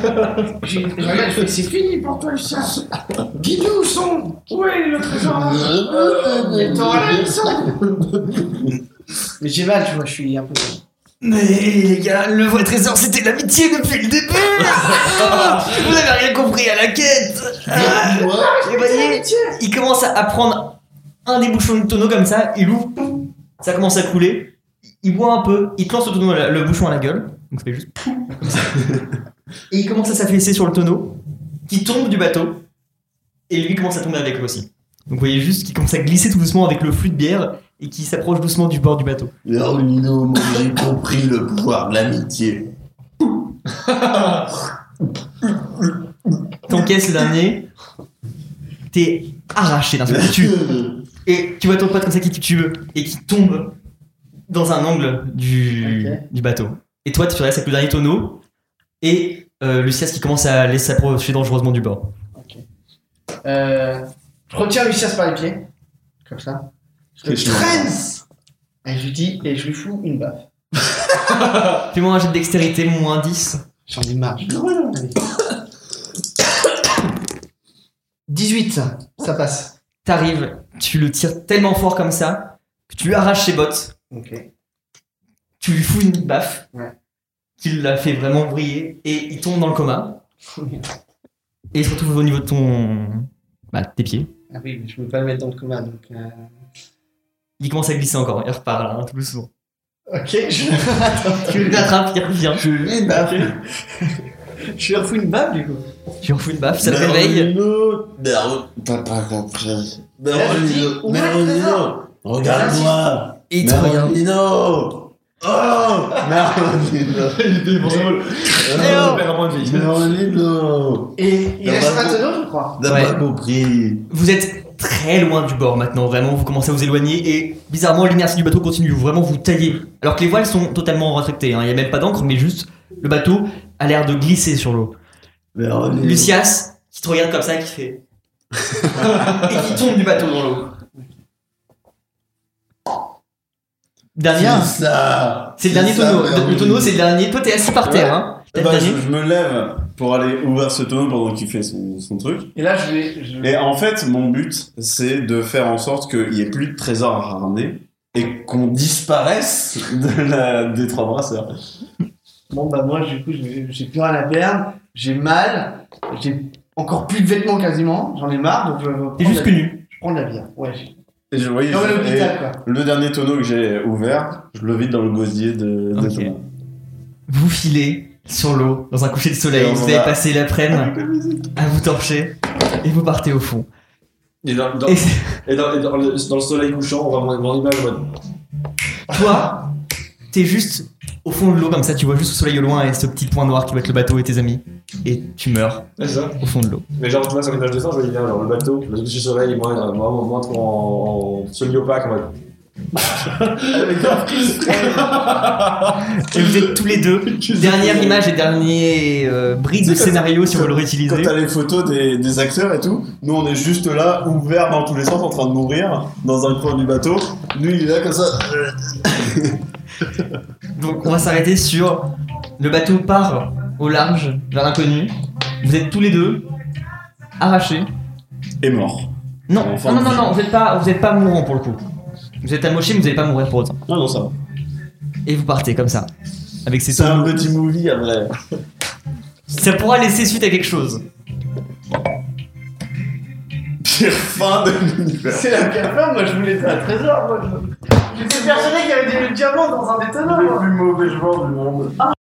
Speaker 3: Je je la regarde, je fais c'est fini.
Speaker 7: Fini pour toi, le chien. Guidou, où sont Où est le trésor
Speaker 3: Mais t'en as une Mais j'ai mal, tu vois, je suis un peu.
Speaker 1: Mais les gars, le vrai trésor c'était l'amitié depuis le début Vous avez rien compris à la quête Et voyez, il commence à prendre un des bouchons de tonneau comme ça, il ouvre, poum, ça commence à couler, il boit un peu, il te lance le, tonneau à la- le bouchon à la gueule, donc ça fait juste poum, comme ça. Et il commence à s'affaisser sur le tonneau, qui tombe du bateau, et lui commence à tomber avec lui aussi. Donc vous voyez juste qu'il commence à glisser tout doucement avec le flux de bière et qui s'approche doucement du bord du bateau.
Speaker 2: Non, Nino, moi j'ai compris le pouvoir de l'amitié.
Speaker 1: T'encaisses le dernier, t'es arraché d'un seul coup. Tu- Et tu vois ton pote comme ça qui titube et qui tombe dans un angle du,
Speaker 3: Ok.
Speaker 1: du bateau. Et toi, tu restes avec le dernier tonneau et euh, Lucias qui commence à aller s'approcher dangereusement du bord.
Speaker 3: Euh, je retiens Lucias par les pieds, comme ça. Je le traîne Et je lui dis, et je lui fous une baffe.
Speaker 1: Fais-moi un jet de dextérité, moins 10.
Speaker 3: J'en ai marre. Allez. 18, ça passe.
Speaker 1: T'arrives, tu le tires tellement fort comme ça que tu lui arraches ses bottes,
Speaker 3: Ok.
Speaker 1: tu lui fous une baffe
Speaker 3: Ouais.
Speaker 1: qui l'a fait vraiment briller et il tombe dans le coma. Et il se retrouve au niveau de ton. Bah, tes pieds.
Speaker 3: Ah oui, mais je peux pas le mettre dans le coma, donc. euh,
Speaker 1: Il commence à glisser encore, il repart là, hein, tout doucement.
Speaker 3: Ok, je.
Speaker 1: Tu le rattrapes, il revient.
Speaker 3: Je lui mets une baffe. Eh ben. je lui refous une baffe, du coup.
Speaker 1: Tu refous une baffe, ça le
Speaker 2: Non,
Speaker 1: réveille.
Speaker 2: Nino, non, t'as pas compris. Non,
Speaker 3: Là, je dis,
Speaker 2: Nino,
Speaker 3: ouvre le
Speaker 2: non,
Speaker 3: trésor.
Speaker 2: Nino, regarde-moi.
Speaker 1: Et il te
Speaker 2: Non,
Speaker 1: regarde.
Speaker 2: Nino. Oh, non, Nino. Eh
Speaker 6: On perd un point de vie.
Speaker 2: Non, Nino.
Speaker 3: Et il
Speaker 2: Non,
Speaker 3: reste
Speaker 2: bah,
Speaker 3: pas
Speaker 2: bon.
Speaker 3: tonneau, je crois.
Speaker 2: T'as
Speaker 1: Ouais.
Speaker 2: pas compris.
Speaker 1: Vous êtes très loin du bord maintenant, vraiment, vous commencez à vous éloigner et bizarrement l'inertie du bateau continue, vraiment vous taillez. Alors que les voiles sont totalement retractées, hein, il n'y a même pas d'encre, mais juste le bateau a l'air de glisser sur l'eau.
Speaker 2: Non, Nino.
Speaker 1: Lucias, qui te regarde comme ça, qui fait. et qui tombe du bateau dans l'eau. Dernier,
Speaker 2: C'est ça.
Speaker 1: c'est le dernier
Speaker 2: ça,
Speaker 1: tonneau.
Speaker 2: merde.
Speaker 1: Le tonneau, c'est le dernier. Toi, t'es assis par terre, hein. T'es
Speaker 2: Eh ben,
Speaker 1: le
Speaker 4: Bah,
Speaker 1: dernier.
Speaker 4: je, je me lève pour aller ouvrir ce tonneau pendant qu'il fait son, son truc.
Speaker 3: Et là, je vais. Je...
Speaker 4: Et en fait, mon but, c'est de faire en sorte qu'il n'y ait plus de trésors à ramener et qu'on disparaisse de la, des trois brasseurs.
Speaker 3: Bon, bah, moi, du coup, j'ai j'ai plus rien à perdre. J'ai mal. J'ai encore plus de vêtements quasiment. J'en ai marre, donc je vais. prendre
Speaker 1: T'es juste
Speaker 3: la-
Speaker 1: que nu.
Speaker 3: Je prends de la bière. Ouais, j'ai.
Speaker 4: Et je voyais.
Speaker 3: Non, mais
Speaker 4: et
Speaker 3: l'hôpital, quoi.
Speaker 4: le dernier tonneau que j'ai ouvert, je le vide dans le gosier de, de
Speaker 1: Ok.
Speaker 4: Thomas.
Speaker 1: vous filez sur l'eau dans un coucher de soleil.
Speaker 4: Et on
Speaker 1: Vous
Speaker 4: va-
Speaker 1: avez passé l'après-midi à vous torcher et vous partez au fond.
Speaker 6: Et dans, dans-
Speaker 1: Et c'est-
Speaker 6: et dans- et dans le, dans le soleil couchant, on va voir mon image. en mode,
Speaker 1: toi, t'es juste au fond de l'eau comme ça. Tu vois juste le soleil au loin et ce petit point noir qui va être le bateau et tes amis. Et tu meurs
Speaker 6: C'est ça.
Speaker 1: au fond de l'eau.
Speaker 6: Mais genre, tu vois, sur l'image de sang, je voyais bien genre, le bateau, le coucher soleil, et moi, euh, moi, moi, moi, trop en, en semi-opaque. En mode.
Speaker 3: Ah,
Speaker 1: Et vous êtes tous les deux. Dernière image et dernier euh, bris de
Speaker 4: C'est comme-
Speaker 1: scénario si vous le
Speaker 4: Quand
Speaker 1: réutilisez.
Speaker 4: t'as les photos des, des acteurs et tout, nous on est juste là, ouverts dans tous les sens, en train de mourir, dans un coin du bateau. Lui il est là comme ça.
Speaker 1: Donc on va s'arrêter sur le bateau part au large vers l'inconnu. Vous êtes tous les deux arrachés.
Speaker 4: Et mort.
Speaker 1: Non,
Speaker 4: En fin
Speaker 1: non,
Speaker 4: de
Speaker 1: non,
Speaker 4: vie.
Speaker 1: non, vous n'êtes pas, vous êtes pas mourant pour le coup. Vous êtes amoché, mais vous n'allez pas mourir pour autant.
Speaker 4: Non, non, ça va.
Speaker 1: Et vous partez comme ça. Avec ces
Speaker 4: C'est un
Speaker 1: tonneaux.
Speaker 4: petit movie après.
Speaker 1: Ça pourra laisser suite à quelque chose.
Speaker 4: Pire fin de l'univers.
Speaker 3: C'est la pire fin, moi je voulais être un trésor, moi je... J'étais persuadé qu'il y avait des diamants dans un détonneur, moi.
Speaker 4: plus mauvais joueur du monde.